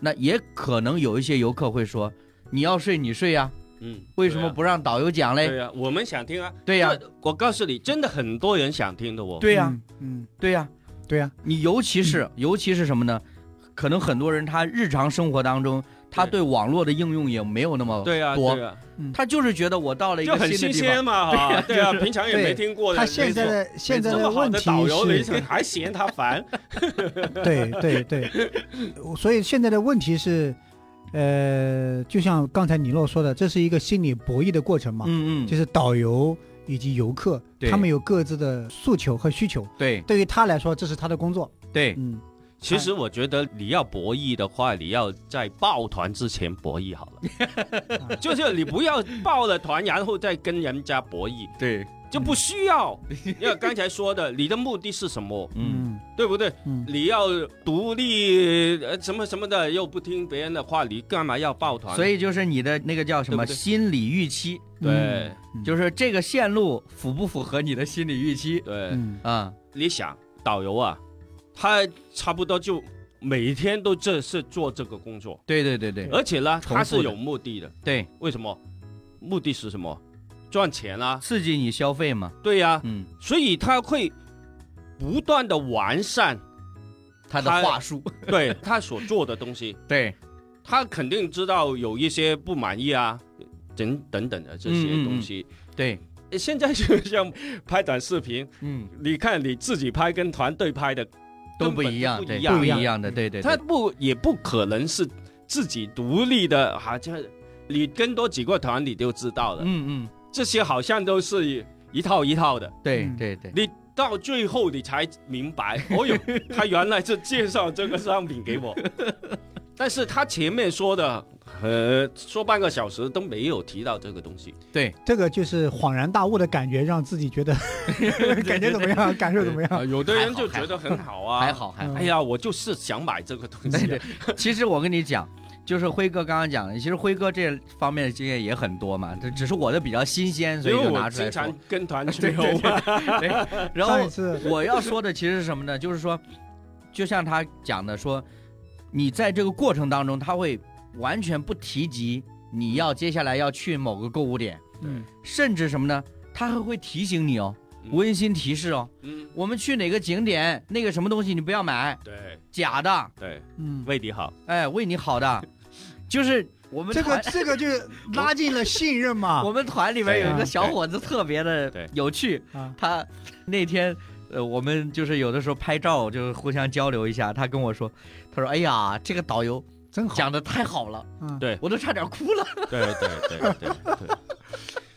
那也可能有一些游客会说，你要睡你睡呀、
嗯，
为什么
对啊
不让导游讲嘞？
对呀、我们想听啊。
对呀、
这我告诉你，真的很多人想听的哦。
对呀、
嗯
对呀、
对呀
你尤其是、尤其是什么呢？可能很多人他日常生活当中，他对网络的应用也没有那么，
对呀、
啊多
对呀、
他就是觉得我到了一
就
个
很
新
新
的地方，
鲜嘛哈。对啊，平常也
对
没听过的。
他现在
没错
的现在
没这么好
问
的
题
导游，
是
你这还嫌他烦？
对对对，所以现在的问题是，呃，就像刚才尼洛说的，这是一个心理博弈的过程嘛，
嗯嗯，
就是导游以及游客
对
他们有各自的诉求和需求，
对
对于他来说这是他的工作，
对，
嗯，
其实我觉得你要博弈的话，你要在抱团之前博弈好 了，就是你不要抱了团，然后再跟人家博弈，
对，
就不 需要。因为刚才说的，你的目的是什么，
嗯，
对不对？
嗯
你要独立，呃，什么什么的，又不听别人的话，你干嘛要抱团？
所以就是你的那个叫什么
对不对
心理预期，
对
嗯
就是这个线路符不符合你的心理预期
对，
嗯
啊？
你想导游啊，他差不多就每天都这是做这个工作，
对对对对
而且呢，
重复的
他是有目的的。
对，
为什么？目的是什么？赚钱啦、
刺激你消费嘛，
对呀、
嗯，
所以他会不断的 完善
他的
他
话术，
对他所做的东西，
对，
他肯定知道有一些不满意啊，等等等的这些东
嗯
西。
对，
呃现在就像拍短视频，
嗯，
你看你自己拍跟团队拍的
都
根本
不一样，
就不
对，
一
不
样
一
不一
样的，
嗯
对对，
他
对
不也不可能是自己独立的，好、像你跟多几个团你就知道了。
嗯嗯，
这些好像都是一套一套的，
对
嗯
对对，
到最后你才明 白，哦哟，他原来是介绍这个商品给我，但是他前面说的，呃，说半个小时都没有提到这个东西。
这个就是恍然大悟的感觉，让自己觉得感觉怎么样，感受怎么样？
呃有的人就
还好
觉得很好啊，
还。好还好
嗯。
哎呀，我就是想买这个东
对
西、
对，其实我跟你讲，就是辉哥刚刚讲的，其实辉哥这方面的经验也很多嘛，这只是我的比较新鲜， 所
因
以
为
就
我
拿出来
经
说
常。跟团 去
对
游
对
嘛。
对，然
上
后
一次，嗯
我要说的其实是什么呢？就是说，就像他讲的说，你在这个过程当中，他会完全不提及你要接下来要去某个购物点，
嗯
甚至什么呢？他还会提醒你哦，
嗯
温馨提示哦，
嗯，
我们去哪个景点，那个什么东西你不要买，
对
假的，
对，
嗯，
为你好。
哎，为你好的，就是我们
这个
团
这个就拉近了信任 嘛
我。们团里面有一个
对
小伙子特别的
啊对
有趣，
啊，
他那天呃，我们就是有的时候拍照就是互相交流一下，他跟我说，他说哎呀，这个导游
真好。
讲的太好 了，
嗯
对
我都差点哭了。
对对对对对，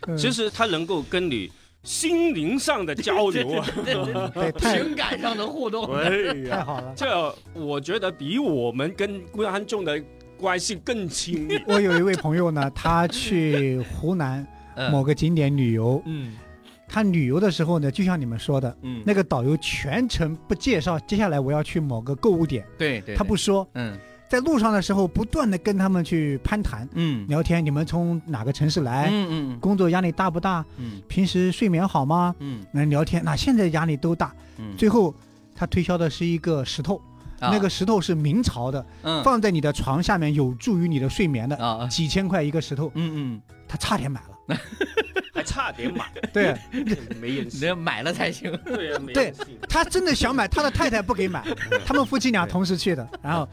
嗯
其实他能够跟你心灵上的交流 啊。
对对对
对，太
情感上的互 动，
哎呀
太，好了。。
这我觉得比我们跟观众的关系更亲密
我有一位朋友呢，他去湖南
呃
某个景点旅游，
嗯
他旅游的时候呢，就像你们说的，
嗯，
那个导游全程不介绍接下来我要去某个购物点，
对对，
他不说，
嗯
在路上的时候不断的跟他们去攀谈
嗯
聊天，你们从哪个城市来？
嗯嗯
工作压力大不大？
嗯
平时睡眠好吗？
嗯
能聊天，那现在压力都大。
嗯，啊
最后，他推销的是一个石头，那个石头是明朝的，
嗯
放在你的床下面有助于你的睡眠的，
啊
几千块一个石头，
嗯嗯，
他差点买了。
还差点买，
对
没人
你。得买了才行。
对啊，没
对
人信。
他真的想买，他的太太不给买，他们夫妻俩同时去的。然后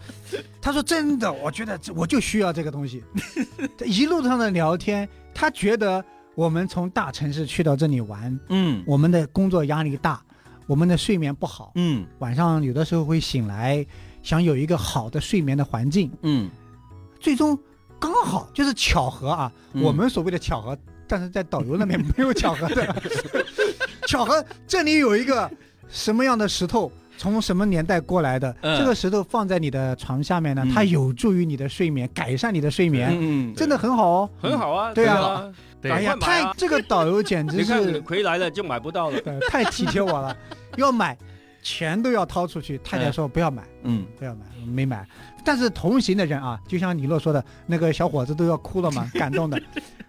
他说：“真的，我觉得这我就需要这个东西。”一路上的聊天，他觉得我们从大城市去到这里玩，
嗯
我们的工作压力大，我们的睡眠不好，
嗯
晚上有的时候会醒来，想有一个好的睡眠的环境。
嗯，
最终刚好就是巧合啊，
嗯
我们所谓的巧合，但是在导游那边没有巧合的，巧合这里有一个什么样的石头，从什么年代过来的，
嗯
这个石头放在你的床下面呢
嗯，
它有助于你的睡眠，改善你的睡眠，
嗯，
真的很好哦。
很好啊，
对啊
啊，
对
哎呀，
赶快买
太
啊
这个导游简
你
直
看
是
回来了就买不到了，
呃太体贴我了，要买钱都要掏出去。太太说不要买，
嗯，
不要买，没买。但是同行的人啊，就像李洛说的，那个小伙子都要哭了嘛，感动的。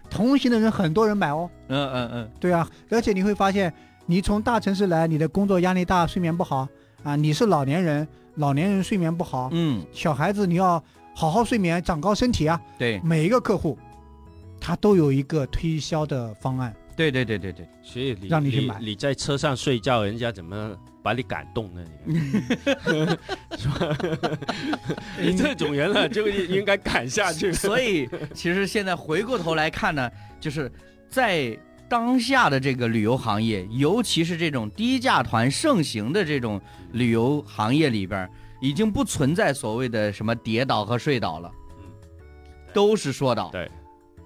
同行的人很多人买哦，
嗯嗯嗯，
对啊，而且你会发现，你从大城市来，你的工作压力大，睡眠不好啊。你是老年人，老年人睡眠不好，
嗯，
小孩子你要好好睡眠，长高身体啊。
对
每一个客户，他都有一个推销的方案。
对对对对对，
所以你
让你去买
你在车上睡觉，人家怎么把你感动呢？你看 你这种人啊，就应该赶 下去。
所以其实现在回过头来看呢，就是在当下的这个旅游行业，尤其是这种低价团盛行的这种旅游行业里边儿，已经不存在所谓的什么跌倒和睡倒了，都是说倒，
嗯对，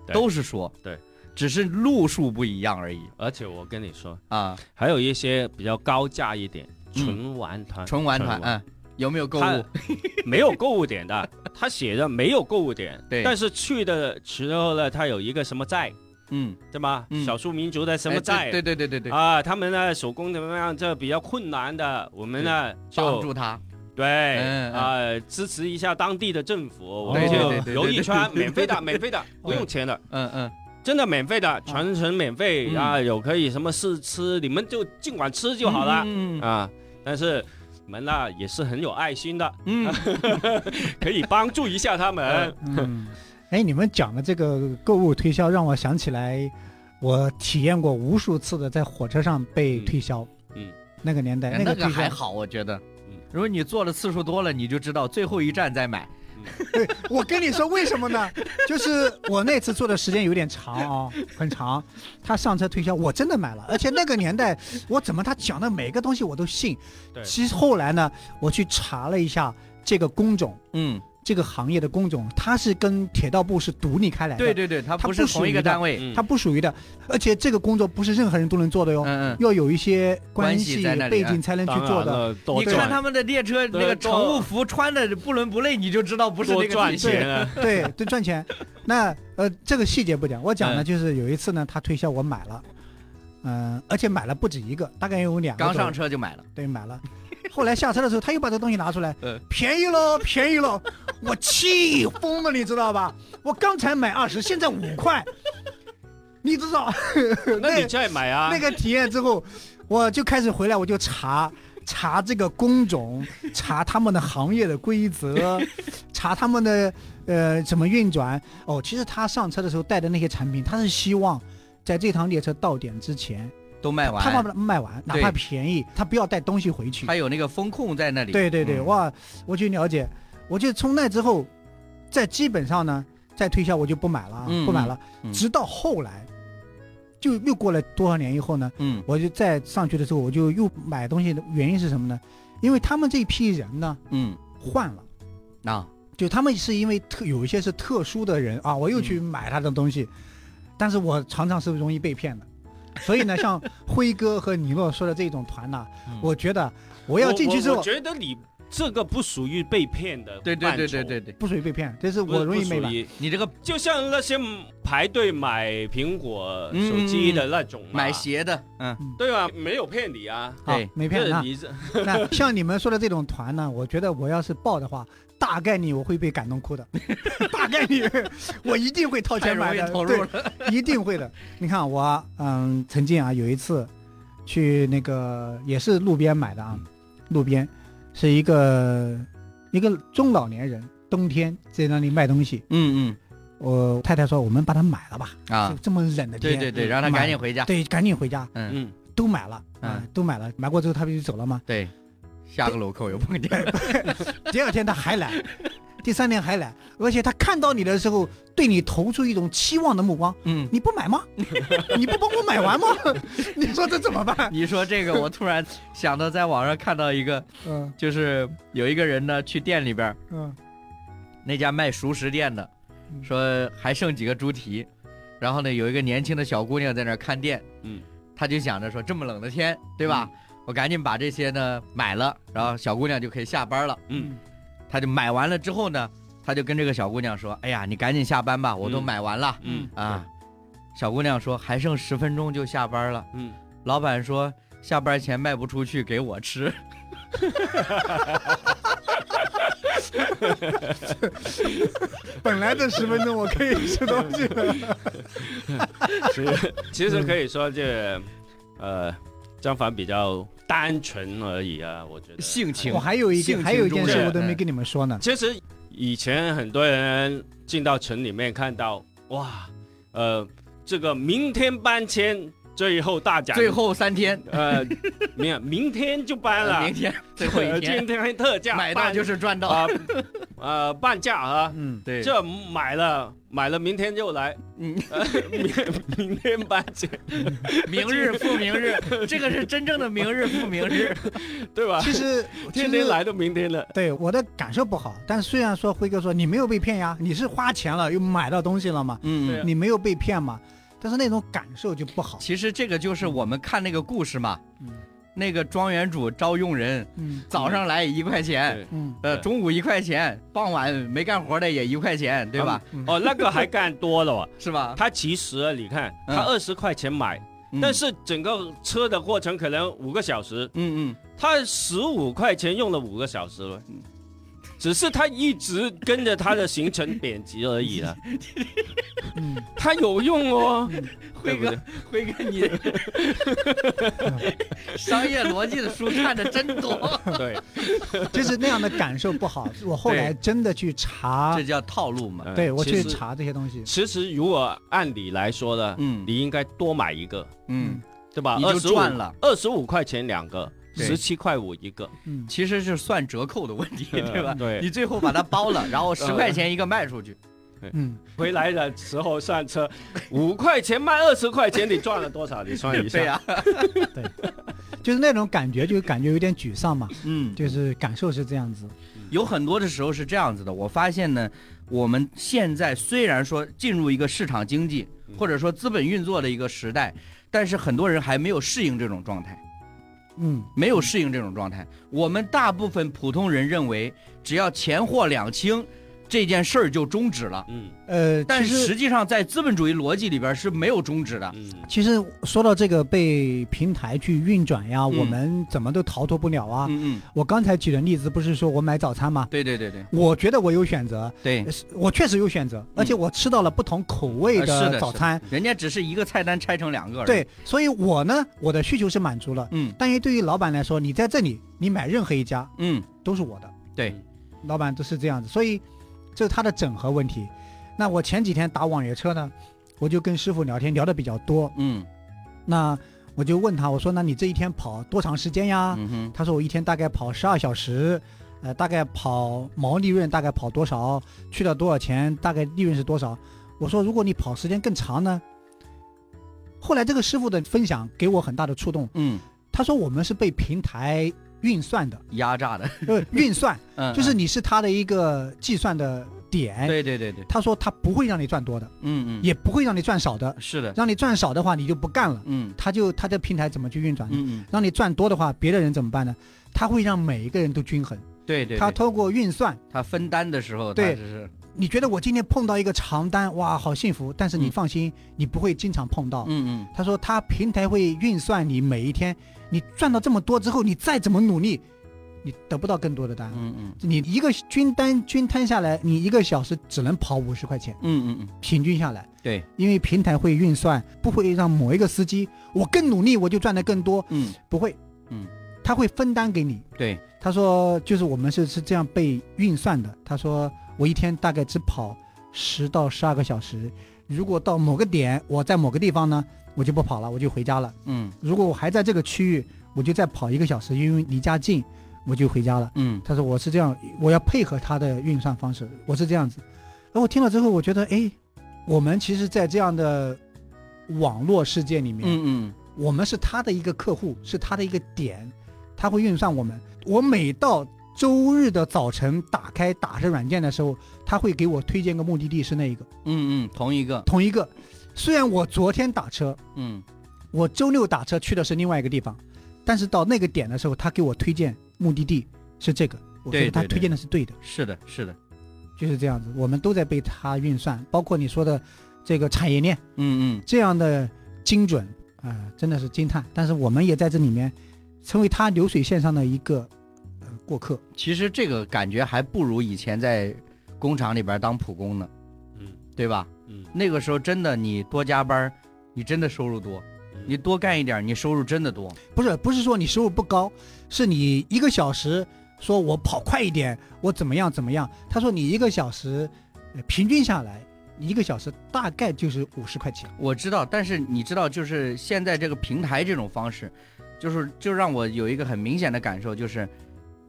对
都是说，
对，
只是路数不一样而已
而且我跟你说，
啊。
还有一些比较高价一点
嗯
纯玩团，
纯玩团，嗯，有没有购
他
物？
没有购物点的，他写的没有购物点，
对
但是去的时候呢，他有一个什么寨，
嗯，
对吗？
嗯
少数民族的什
哎
么
对
寨？
对对对对对，
啊，他们呢手工怎么样？这比较困难的，我们呢
帮
就
助他，
对
嗯嗯
啊支持一下当地的政府，我们
对对对
对
就游
对
一圈，免费的，免费的，不用钱的，
嗯嗯，
真的免费的，全程免费
嗯
啊，有可以什么试吃，你们就尽管吃就好了
嗯
啊。但是你们呢也是很有爱心的，
嗯，
可以帮助一下他
呃
们。
嗯，哎，你们讲的这个购物推销，让我想起来，我体验过无数次的在火车上被推销。
嗯嗯
那个年代，
哎那
个
个
推销
还，好，我觉得
嗯。
如果你坐的次数多了，你就知道最后一站再买。
我跟你说为什么呢？就是我那次坐的时间有点长啊、很长。他上车推销，我真的买了，而且那个年代，我怎么他讲的每个东西我都信。
对
其实后来呢，我去查了一下这个工种。
嗯，
这个行业的工种，它是跟铁道部是独立开来的，
对对对，它
它
不是
不属
同一
于
个
的
单位。
嗯
它不属于的，而且这个工作不是任何人都能做的哟，
嗯嗯，
要有一些关
关系在那里啊
背景才能去做的。
多
你
赚
看他们的列车那
对
个
多
乘务服穿的不伦不类，你就知道不是那
多
个体
赚
系。
钱啊，
对，对，赚钱。那呃，这个细节不讲，我讲呢，
嗯
就是有一次呢，他推销我买了，嗯、而且买了不止一个，大概有两个。
刚上，车就买了，
对，买了。后来下车的时候，他又把这东西拿出来，
嗯
便宜喽，便宜喽，我气疯了，你知道吧？我刚才买二十，现在五块，你知道？
那你再买啊。
那个体验之后，我就开始回来，我就查查这个工种，查他们的行业的规则，查他们的呃怎么运转。哦，其实他上车的时候带的那些产品，他是希望在这趟列车到点之前，
都卖
他把
完，
它卖完，哪
对
怕便宜，他不要带东西回去。
它有那个风控在那里。
对对对，
嗯
哇，我去了解，我就从那之后，在基本上呢，在推销我就不买了啊，
嗯
不买了，
嗯
直到后来。就又过了多少年以后呢？
嗯
我就再上去的时候，我就又买东西的原因是什么呢？因为他们这一批人呢
嗯，
换了，
啊，
就他们是因为特有一些是特殊的人啊，
嗯
我又去买他的东西，但是我常常是容易被骗的。所以呢， 像辉哥和尼洛说的这种团呐，
嗯
我觉得我要进去之
我
后
觉得你这个不属于被骗的
对对对对对
对，
对，
不属于被骗，这是
不
我容易
不
被
属
买。
于
你这个
就像那些排队买苹
呃
果手机的那种嘛
嗯买，鞋的，啊嗯，
对吧？没有骗你啊，
啊
对，
没骗
这
人啊。
你这
那像你们说的这种团呢，我觉得我要是报的话，大概率我会被感动 哭的，大概率我一定会掏
太
钱
容
买
易
的，
投入
对，
了。
一定会的。你看我，嗯，曾经啊有一次去那个也是路边买的
嗯
啊，路边是一个一个中老年人，冬天在那里卖东西，
嗯
我太太说我们把它买了吧，
嗯啊
就，这么冷的
对
天，
对嗯对，让他赶紧回家。
对赶紧回家，
嗯，
嗯，
都买了，啊
嗯，
都买了，买过之后他不就走了吗？
对，下个楼口又碰见。
第二天他还 来，第三天还来，而且他看到你的时候，对你投出一种期望的目光。
嗯，
你不买吗？你不帮我买 完吗？你说这怎么办？
你说这个，我突然想到在网上看到一个，
嗯
就是有一个人呢去店里边儿，
嗯
那家卖熟食店的，
嗯
说还剩几个猪蹄，然后呢有一个年轻的小姑娘在那儿看店，
嗯，
她就想着说这么冷的天，对吧？我赶紧把这些呢买了，然后小姑娘就可以下班了。
嗯，
她就买完了之后呢，她就跟这个小姑娘说：“哎呀，你赶紧下班吧，我都
嗯
买完了、
嗯
啊。”小姑娘说：“还剩十分钟就下班了。
嗯，”
老板说：“下班前卖不出去，给我吃。
本来这十分钟我可以吃东西 了。
其实其实可以说这呃，张凡比较单纯而已啊，我觉”得
性情
我还有一
性
件，
情
还有一件
中
事
人
我都没
嗯
跟你们说呢。
其实以前很多人进到城里面看到，哇，呃，这个明天搬迁，最后大奖，
最后三天，
呃，明明天就搬
呃
了， 呃
明 天最后一天
今天还特价，
买到就是是赚到。
啊，呃，半价啊，
嗯，
对，
这买了买了，明天就来，
嗯，
呃、 明明天搬迁，
明日复明日， 这个是真正的明日复明日。
对吧？
嗯其实其
天
实
天来都明天了，
对我的感受不好，但虽然说辉哥说你没有被骗呀，你是花钱了又买到东西了嘛，
嗯
对啊
你没有被骗嘛，但是那种感受就不好。
其实这个就是我们看那个故事嘛，
嗯
那个庄园主招佣人，
嗯
早上来一块钱，
对
嗯，
呃，
对
中午一块钱，傍晚没干活的也一块钱，对吧？
嗯
哦，那个还干多了哦，
是吧？
他其实啊你看，
嗯
他二十块钱买。
嗯
但，是整个车的过程可能五个小时，
嗯嗯，
他十五块钱用了五个小时了，
嗯
只是他一直跟着他的行程贬值而 已了。
嗯，
他有用哦，对
辉
不对
哥？，辉 哥，你商业逻辑的书看的真多，
对，
就是那样的感受不好。我后来真的去查
这，叫套路嘛。
嗯
对我去。
其实
查这些东西，
其实如果按理来说呢，
嗯
你应该多买一个，
嗯，
对吧？
你
啊二
就
十五
赚了。
二十五块钱两个，
对
十七块五一个，
嗯，
其实是算折扣的问题，对吧？
嗯对嗯
你最后把它包了，然后十块钱一个卖出去，
嗯，
回来的时候上车，五块钱卖二十块钱，你赚了多少？你算 一
对啊
下。
呀，
就是那种感觉，就感觉有点沮丧嘛，
嗯，
就是感受是这样子。
有很多的时候是这样子的，我发现呢，我们现在虽然说进入一个市场经济
嗯
或者说资本运作的一个时代，但是很多人还没有适应这种状态，
嗯，
没有适应这种状态。我们大部分普通人认为，只要钱货两清，这件事儿就终止了。
嗯
呃，
但
其实
实际上，在资本主义逻辑里边是没有终止的。
嗯
其实说到这个被平台去运转呀，
嗯
我们怎么都逃脱不了啊。
嗯嗯，
我刚才举的例子不是说我买早餐吗？
对对对对
我觉得我有选择，
对，
是我确实有选择，而且我吃到了不同口味
呃嗯是的嗯
的早餐。
人家只是一个菜单拆成两个而已。，
对，所以我呢，我的需求是满足了。
嗯
但是对于老板来说，你在这里，你买任何一家
嗯，
都是我的。嗯
对，
老板都是这样子，所以这是他的整合问题。那我前几天打网约车呢，我就跟师傅聊天，聊的比较多。
嗯
那我就问他，我说：“那你这一天跑多长时间呀？”
嗯哼，
他说我一天大概跑十二小时，呃，大概跑毛利润大概跑多少，去了多少钱，大概利润是多少。我说如果你跑时间更长呢？后来这个师傅的分享给我很大的触动，
嗯，
他说我们是被平台运算的，
压榨的，
呃，运算
嗯，
就是
嗯
你是他的一个计算的点。
对对对对，
他说他不会让你赚多的，
嗯嗯，
也不会让你赚少的，
是的，
让你赚少的话你就不干了，
嗯
他就他的平台怎么去运转呢？
嗯
让你赚多的话，别的人怎么办呢？他会让每一个人都均衡。
嗯，对对，
他
对
通过运算，
他分担的时候，
对
他就是
你觉得我今天碰到一个长单，哇，好幸福。但是你
嗯
放心，你不会经常碰到。
嗯嗯，
他说他平台会运算你每一天，你赚到这么多之后，你再怎么努力，你得不到更多的单。
嗯嗯
你一个均单均摊下来，你一个小时只能跑五十块钱，
嗯嗯嗯，
平均下来。
对，
因为平台会运算，不会让某一个司机我更努力我就赚得更多，
嗯
不会，
嗯，
他会分担给你。
对，
他说就是我们是是这样被运算的。他说我一天大概只跑十到十二个小时，如果到某个点，我在某个地方呢，我就不跑了，我就回家了。
嗯
如果我还在这个区域，我就再跑一个小时，因为离家近，我就回家了。
嗯
他说我是这样，我要配合他的运算方式，我是这样子。而我听了之后，我觉得哎，我们其实，在这样的网络世界里面，
嗯
我们是他的一个客户，是他的一个点，他会运算我们。我每到周日的早晨打开打车软件的时候，他会给我推荐个目的地是那一个
嗯嗯嗯，同一个，
同一个。虽然我昨天打车，
嗯
我周六打车去的是另外一个地方，但是到那个点的时候，他给我推荐目的地是这个，我觉
对
得他
对对
推荐的是对的，
是的，是的，
就是这样子。我们都在被他运算，包括你说的这个产业链
嗯嗯，
这样的精准啊、真的是惊叹。但是我们也在这里面成为他流水线上的一个呃过客。
其实这个感觉还不如以前在工厂里边当普工呢，
嗯
对吧？
嗯，
那个时候真的你多加班儿，你真的收入多；
嗯
你多干一点儿，你收入真的多。
不是不是说你收入不高，是你一个小时说我跑快一点，我怎么样怎么样？他说你一个小时、呃平均下来，你一个小时大概就是五十块钱。
我知道，但是你知道，就是现在这个平台这种方式，就是就让我有一个很明显的感受，就是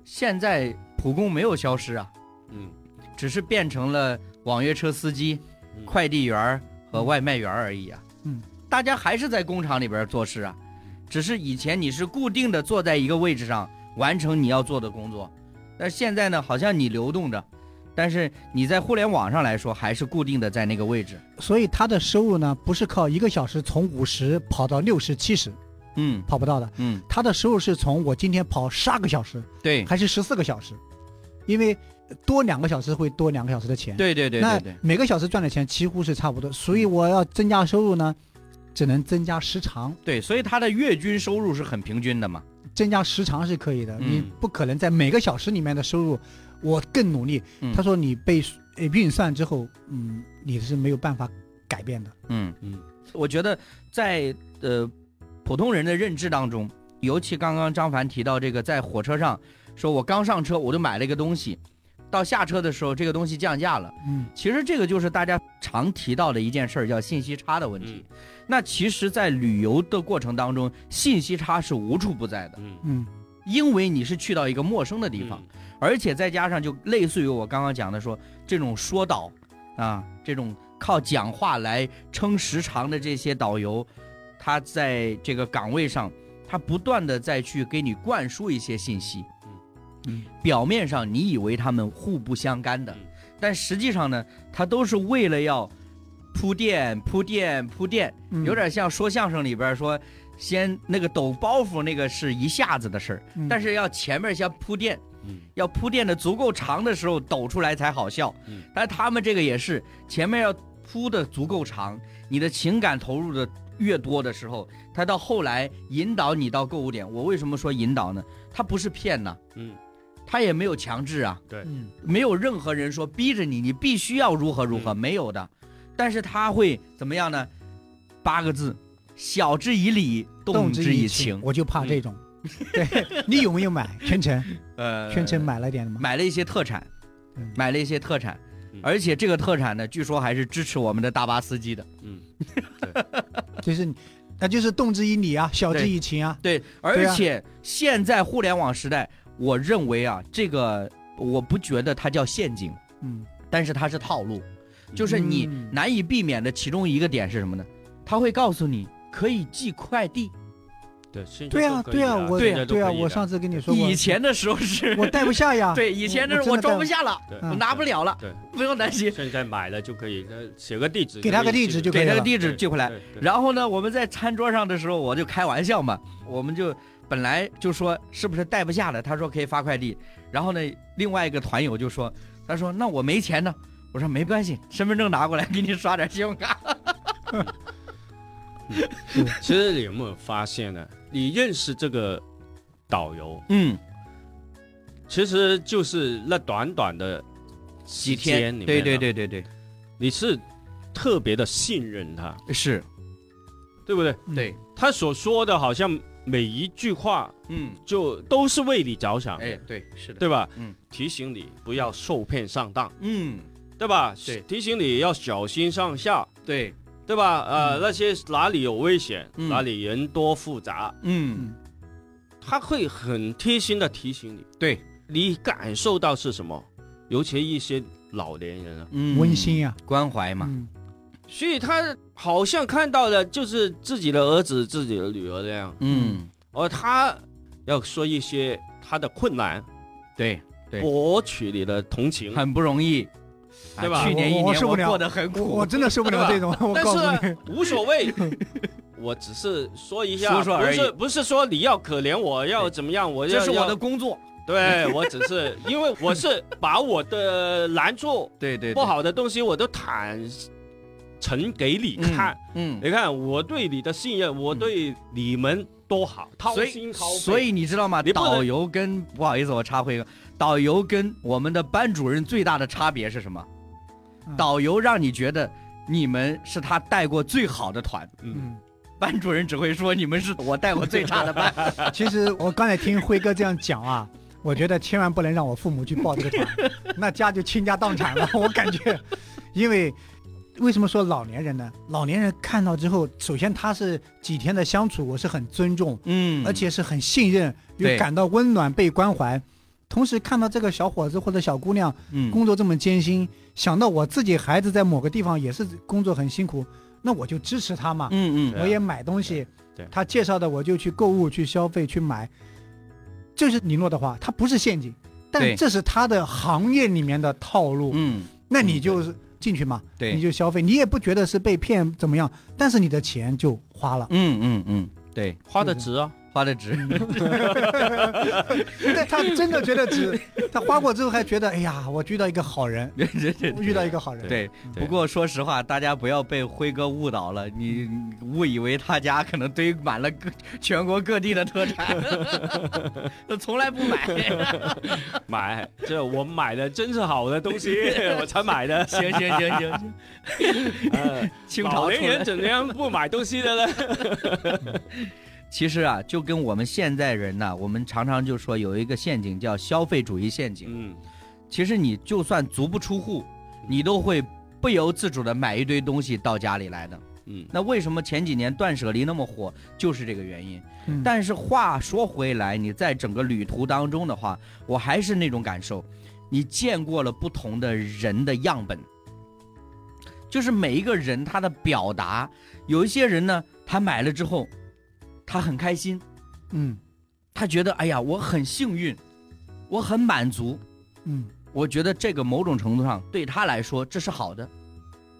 现在普工没有消失啊，
嗯
只是变成了网约车司机、
嗯
快递员儿和外卖员儿而已啊。
嗯，
大家还是在工厂里边做事啊
嗯，
只是以前你是固定的坐在一个位置上完成你要做的工作，但是现在呢，好像你流动着，但是你在互联网上来说还是固定的在那个位置。
所以他的收入呢，不是靠一个小时从五十跑到六十、七十，
嗯
跑不到的。
嗯，
他的收入是从我今天跑十二个小时，
对
还是十四个小时，因为呃多两个小时会多两个小时的钱。
对对对对
那
对，嗯
每个小时赚的钱几乎是差不多，所以我要增加收入呢，只能增加时长。
对，所以他的月均收入是很平均的嘛。
增加时长是可以的，
嗯
你不可能在每个小时里面的收入，我更努力。
嗯
他说你被呃运算之后，嗯，你是没有办法改变的。
嗯
嗯，
我觉得在呃普通人的认知当中，尤其刚刚张凡提到这个，在火车上说我刚上车我就买了一个东西，到下车的时候这个东西降价了。
嗯，
其实这个就是大家常提到的一件事儿，叫信息差
嗯
的问题。那其实，在旅游的过程当中，信息差是无处不在的，
嗯
嗯，
因为你是去到一个陌生的地方。而且再加上就类似于我刚刚讲的说这种说导啊，这种靠讲话来撑时长的这些导游，他在这个岗位上，他不断的再去给你灌输一些信息。
嗯，
表面上你以为他们互不相干的
嗯，
但实际上呢，他都是为了要铺垫、铺垫、铺垫，
嗯
有，点像说相声里边说，先那个抖包袱那个是一下子的事儿，
嗯
但是要前面先铺垫。
嗯
要铺垫的足够长的时候抖出来才好笑。
嗯
但他们这个也是前面要铺的足够长，你的情感投入的越多的时候，他到后来引导你到购物点。我为什么说引导呢？他不是骗呐，
嗯
他也没有强制啊，
嗯，
没有任何人说逼着你，你必须要如何如何，
嗯
没有的。但是他会怎么样呢？八个字：晓之以理，动之以情。嗯
我就怕这种。对你有没有买全程？
呃
全程买了点吗？
买了一些特产
嗯，
买了一些特产
嗯，
而且这个特产呢，据说还是支持我们的大巴司机的。
嗯
就是你，那就是动之以理啊，晓之
对
以情啊。
对，而且现在互联网时代，我认为啊，这个我不觉得它叫陷阱，
嗯，
但是它是套路，就是你
嗯
难以避免的其中一个点是什么呢？他会告诉你可以寄快递，
对，现在
对啊，
都可以
对啊，
的
我
现在都
对啊，
可以
我
的
上次跟你说过，
以前的时候是
我带不下呀。
对，以前的时候
我
我
真的
装不下了，
对
嗯
我拿不了了，
对，
不用担心。
现在买了就可以，呃写个地址，
给他个地址就可以
给
了
那个地址寄回来，
然
然后呢，我们在餐桌上的时候，我就开玩笑嘛，我们就本来就说是不是带不下了，他说可以发快递，然后呢，另外一个团友就说，他说那我没钱呢，我说没关系，身份证拿过来给你刷点信用卡。
其实你有没有发现呢？你认识这个导游，
嗯，
其实就是那短短的几
几天，
里面
对对
呢，
对对对，
你是特别的信任他，
是，
对不对？
嗯，
对，
他所说的好像每一句话
嗯，
就都是为你着想，
哎，对，是的，
啊对吧？
嗯，
提醒你不要受骗上当，
嗯，
对吧？
对
提醒你要小心上下，
对，
对吧？呃，那些哪里有危险，
嗯
哪里人多复杂，
嗯，
他会很贴心的提醒你。
对，
你感受到是什么？尤其一些老年人啊，
嗯，
温馨呀，
关怀嘛，
嗯
所以他好像看到的就是自己的儿子、自己的女儿那样，
嗯，
而他要说一些他的困难，
对，对
博取你的同情。
很不容易，啊
对吧
去年一
我我
年
受不
我
了
过得很
我
苦
我，真的受不了这种，我
但
告
是啊
诉
呢
你，
无所谓，我只是说一下，
说说而已
不是不是说你要可怜我要怎么样，我要
这是我的
要
工作。
对我只是因为我是把我的难处、
对 对，对
不，好的东西我都坦诚给你看。
嗯，
你看我对你的信任，我对你们多好，掏
所以
心掏肺。
所以你知道吗？
你不能
导游跟不好意思，我插回一个，导游跟我们的班主任最大的差别是什么？
嗯
导游让你觉得你们是他带过最好的团，
嗯，
嗯，
班主任只会说你们是我带过最差的班。
嗯其实我刚才听辉哥这样讲啊，我觉得千万不能让我父母去报这个团，那家就倾家荡产了。我感觉，因为为什么说老年人呢？老年人看到之后，首先他是几天的相处，我是很尊重，
嗯
而且是很信任，
对
又感到温暖被关怀。同时看到这个小伙子或者小姑娘
嗯
工作这么艰辛，想到我自己孩子在某个地方也是工作很辛苦，那我就支持他嘛。
嗯
对
嗯，
啊
我也买东西，
对对
他介绍的我就去购物、去消费、去买，这是尼诺的话，他不是陷阱，
对
但这是他的行业里面的套路，
嗯，
那你就是进去嘛，
对，
你，就消费，你也不觉得是被骗怎么样，但是你的钱就花了
嗯嗯嗯，对，
花的值啊，
花的值。
嗯 但他真的觉得值，他花过之后还觉得，哎呀，我遇到一个好人，
对对对
我遇到一个好人，
对，
对
不过说实话，大家不要被辉哥误导了， 你你误以为他家可能堆满了各全国各地的特 产，从来不买。
买这我买的真是好的 东西，我才买的。
行行行行行，
呃
清朝
老年
出
人
来。
怎么样不买东西的 呢？
其实啊，就跟我们现在人呐、我们常常就说有一个陷阱叫消费主义陷阱。
嗯，
其实你就算足不出户，嗯你都会不由自主的买一堆东西到家里来的。
嗯，
那为什么前几年断舍离那么火，就是这个原因。
嗯
但是话说回来，你在整个旅途当中的话，我还是那种感受，你见过了不同的人的样本，就是每一个人他的表达，有一些人呢，他买了之后，他很开心，
嗯
他觉得哎呀，我很幸运，我很满足，
嗯
我觉得这个某种程度上对他来说这是好的，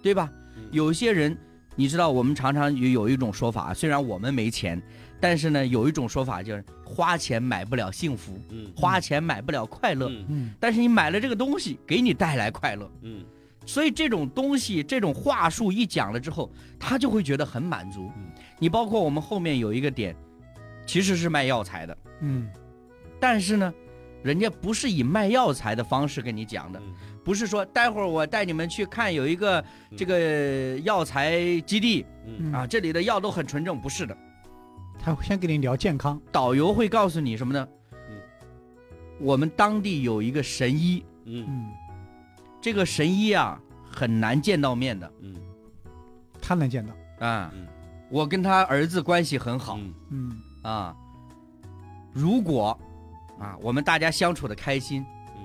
对吧
嗯？
有一些人，你知道，我们常常有有一种说法，虽然我们没钱，但是呢，有一种说法就是花钱买不了幸福，
嗯
花钱买不了快乐。
嗯
嗯
但是你买了这个东西，给你带来快乐，
嗯
所以这种东西，这种话术一讲了之后，他就会觉得很满足
嗯。
你包括我们后面有一个点，其实是卖药材的，
嗯
但是呢，人家不是以卖药材的方式跟你讲的。
嗯
不是说待会儿我带你们去看有一个
嗯
这个药材基地
嗯
嗯
啊，，这里的药都很纯正，不是的。
他先跟你聊健康，
导游会告诉你什么呢？我们当地有一个神医，
嗯
嗯，
这个神医啊很难见到面的
嗯
他能见到，
啊
嗯。
我跟他儿子关系很好
嗯
嗯
啊。如果啊我们大家相处的开心
嗯，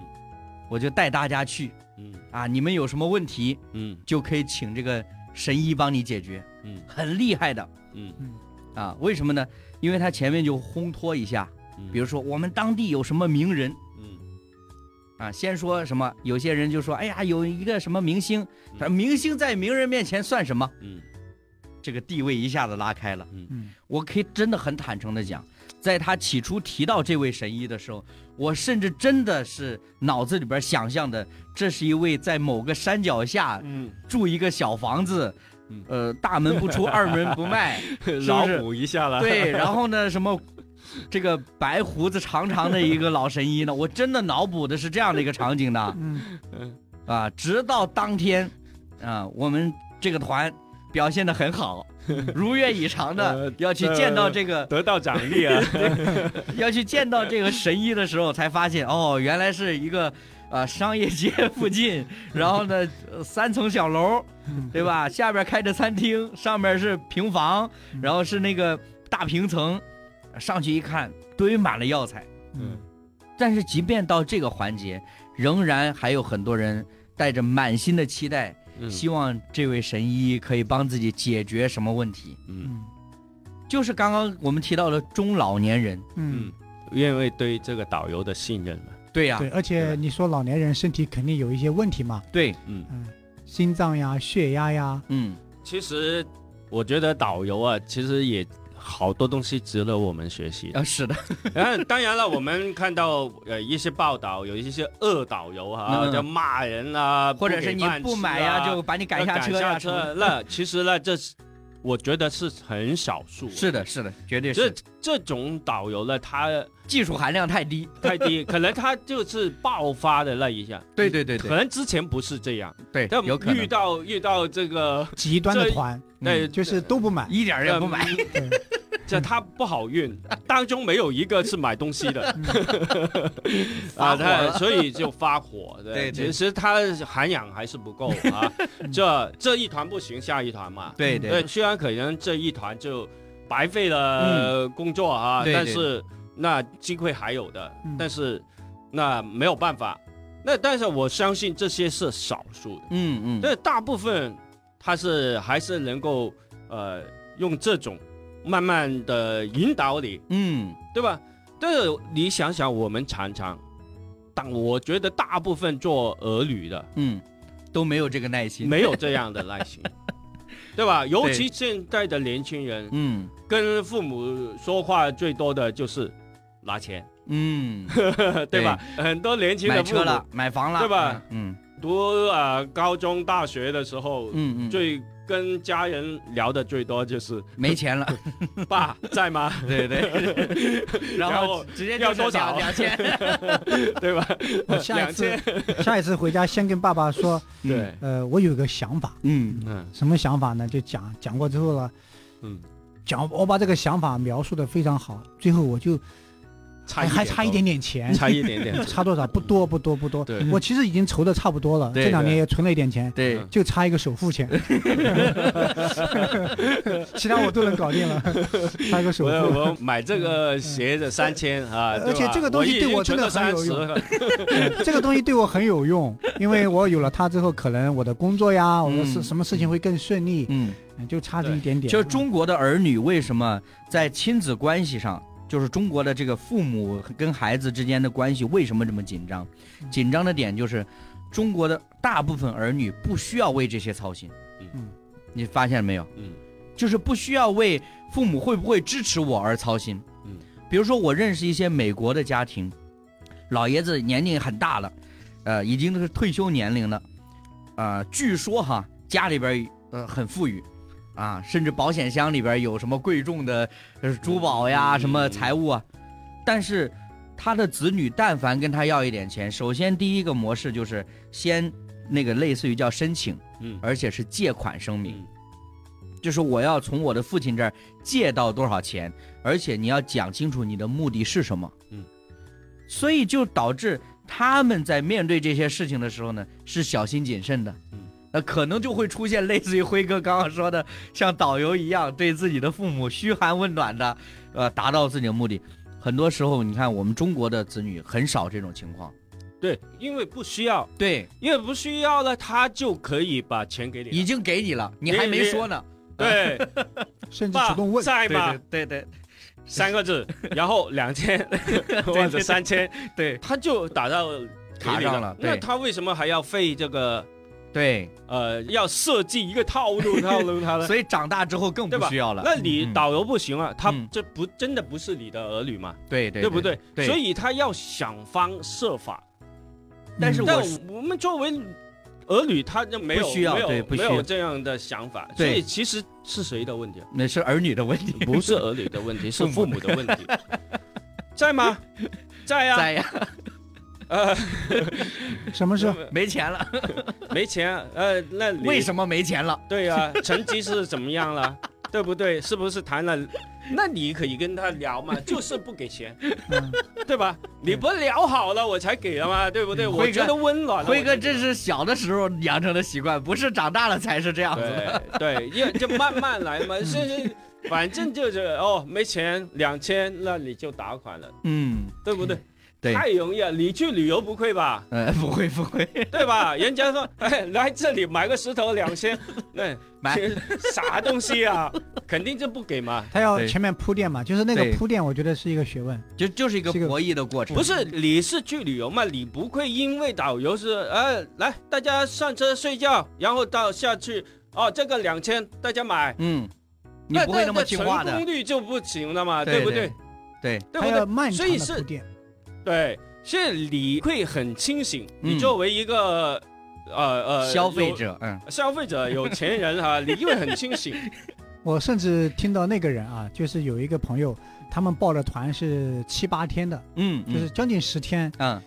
我就带大家去
嗯
啊。你们有什么问题
嗯
就可以请这个神医帮你解决，
嗯
很厉害的。
嗯
嗯
啊，为什么呢？因为他前面就烘托一下，
嗯，
比如说我们当地有什么名人
嗯
啊，先说什么，有些人就说，哎呀，有一个什么明星，
嗯
他说明星在名人面前算什么？
嗯
这个地位一下子拉开了。
嗯
我可以真的很坦诚的讲，在他起初提到这位神医的时候，我甚至真的是脑子里边想象的，这是一位在某个山脚下
嗯
住一个小房子
嗯，
呃，大门不出二门不迈，
嗯，脑补一下 了，
对，然后呢，什么这个白胡子长长的一个老神医呢，我真的脑补的是这样的一个场景的
嗯
啊。直到当天，啊，我们这个团表现的很 好，如愿以偿的
呃
要去见到这个
得到奖励啊，
要去见到这个神医的时候，才发现哦，原来是一个。啊，商业街附 近，然后呢，呃三层小楼，
嗯
对吧？下边开着餐厅，上面是平房，
嗯
然后是那个大平层，上去一看，堆满了药材。
嗯
但是即便到这个环节，仍然还有很多人带着满心的期待，
嗯
希望这位神医可以帮自己解决什么问题。
嗯
嗯
就是刚刚我们提到的中老年人，
嗯
嗯。，因为对这个导游的信任嘛，
对呀、
对，而且
啊对
你说老年人身体肯定有一些问题嘛，
对，
嗯，
嗯，心脏呀、血压呀，
嗯，
其实我觉得导游啊，其实也好多东西值得我们学习。
啊，是的，
然后当然了，我们看到呃一些报道，有一些恶导游啊，
嗯
就骂人 啊，
或者
给
是你
饭
不
吃
买呀、
啊
就把你赶下车
车
呀、
下
什么的。
那其实呢，这是我觉得是很少数。
是的，是的，绝对
这
是
这种导游呢，他
技术含量太低。
太低，可能他就是爆发的那一下。
对对对
可能之前不是这样，
对
但
对，有可
遇
能
到遇到这个，
极端的团
那
嗯
就是都不买，
一点儿也不买。
对
嗯这他不好运，当中没有一个是买东西的
发
啊，
火
他
了
所以就发火。
对对
其实他涵养还是不够 啊，这这一团不行，下一团嘛。
对对
对，虽然可能这一团就白费了工作
嗯
啊，
对对
但是那机会还有的，
嗯
但是那没有办法。那但是我相信这些是少数的，
嗯嗯，
这大部分他是还是能够呃用这种慢慢的引导你，
嗯，
对吧？但是你想想，我们常常，但我觉得大部分做儿女的
嗯，都没有这个耐 心。
没有这样的耐心，对吧？尤
对
其现在的年轻人，
嗯
跟父母说话最多的就是拿钱，
嗯，
对吧？很多年轻
买
的父
车
母
了，买房了，
对吧？
嗯
读啊、呃高中、大学的时候，
嗯嗯，
最跟家人聊的最 多就是
没钱 了，
“爸在吗
对对。 然
然
后
后
直接
要
就是
多
两
少
两千？”
对吧？
我下一
两
次
千，
下一次回家先跟爸爸说，
对，
呃，我有个想法，
嗯，
嗯
什么想法呢？就讲讲过之后呢，
嗯，
讲我把这个想法描述的非常好，最后我就还还差一点点钱，
差一 点点，
差多少？不多不多不多
对。
我其实已经筹的差不多了，
对
这两年也存了一点钱，
对，
嗯
就差一个首付钱，其他我都能搞定了，差一个首
我
付。
我买这个鞋子三千啊，
嗯而
对吧
且这个东西
已
对
经
我真
存
的
了
很
三
有
十
用
了，
这个东西对我很有用，因为我有了它之后，可能我的工作呀，我的事
嗯
什么事情会更顺利，
嗯，
就差这一点点。
就是中国的儿女为什么在亲子关系上，就是中国的这个父母跟孩子之间的关系为什么这么紧张？
嗯
紧张的点就是，中国的大部分儿女不需要为这些操心。
嗯，
你发现没有？
嗯
就是不需要为父母会不会支持我而操心。
嗯，
比如说我认识一些美国的家庭，老爷子年龄很大了，呃，已经是退休年龄了，呃，据说哈家里边儿呃很富裕。啊，甚至保险箱里边儿有什么贵重的呃珠宝呀、
嗯
什么财物啊，但是他的子女但凡跟他要一点钱，首先第一个模式就是先那个类似于叫申请，
嗯
而且是借款声明。
嗯
就是我要从我的父亲这儿借到多少钱，而且你要讲清楚你的目的是什么。
嗯，
所以就导致他们在面对这些事情的时候呢，是小心谨慎的。
嗯，
那可能就会出现类似于辉哥刚刚说的，像导游一样对自己的父母嘘寒问暖的，呃，达到自己的目的。很多时候，你看我们中国的子女很少这种情况。
对，因为不需要，
对，
因为不需要了，他就可以把钱给你
已
了。
经给你了，你
给
还
你
没说呢。
对，
甚至
爸
主动问，
在
对
吗？
对对
三个字， 然后两 千或者三千，
对
他就打到给你
卡上了对
那他为什么还要费这个
对
呃，要设计一个套路 套路他
对，
呢？
所以长大之后更
对
不
吧
需要了。
那你
嗯
导游不行啊，他
嗯
这不真的不是你的儿女嘛，
对对
对不对？
对
所以他要想方设法。
但是
嗯
但
我是
我们作为儿女，他就没有
不需要
没有
对不需
没
要
有这样的想法，所
对
以其实是谁的问题啊？
那是儿女的问题，
不是儿女的问题，是
父
父母的问题， 在吗？在啊呀、
在呀，
呃，
嗯什么是
没钱了，
没钱啊，呃，那你
为什么没钱了？
对呀、成绩是怎么样了？ 对不对？是不是谈了？那你可以跟他聊嘛，就是不给 钱，
嗯
对吧？你不聊好了，我才给了嘛，对不对？
嗯
我
辉哥
觉得温暖了。
辉
我
哥
才给
这是小的时候养成的习惯，不是长大了才是这样子的。
对对，要就慢慢来 嘛，是是，反正就是哦，没钱两千，那你就打款了，
嗯，
对不对？
对，
太容易了，你去旅游不亏吧？
呃， 不会不会，
对吧？人家说，哎，来这里买个石头两 千，那
买
啥东西啊？肯定就不给嘛。
他要
对
前面铺垫嘛，就是那个
对
铺垫，我觉得是一个学问。
就就是一个
这个
博弈的过程。
不是，你是去旅游嘛？你不会因为导游是，哎，来大家上车睡觉，然后到下去哦，这个两千大家买，
嗯，你
那
不会
那
那么
那
听话
成
的
功，率就不行了嘛，
对
不
对？对，
对
还
不
要
对？
漫长
所以
的
是
铺垫。
对，是你会很清醒，
嗯
你作为一个呃呃
消费
有
者，嗯，
消费者有钱人 哈，你会很清醒，
我甚至听到那个人啊，就是有一个朋友，他们报的团是七八天的，
嗯，嗯
就是将近十天，
嗯，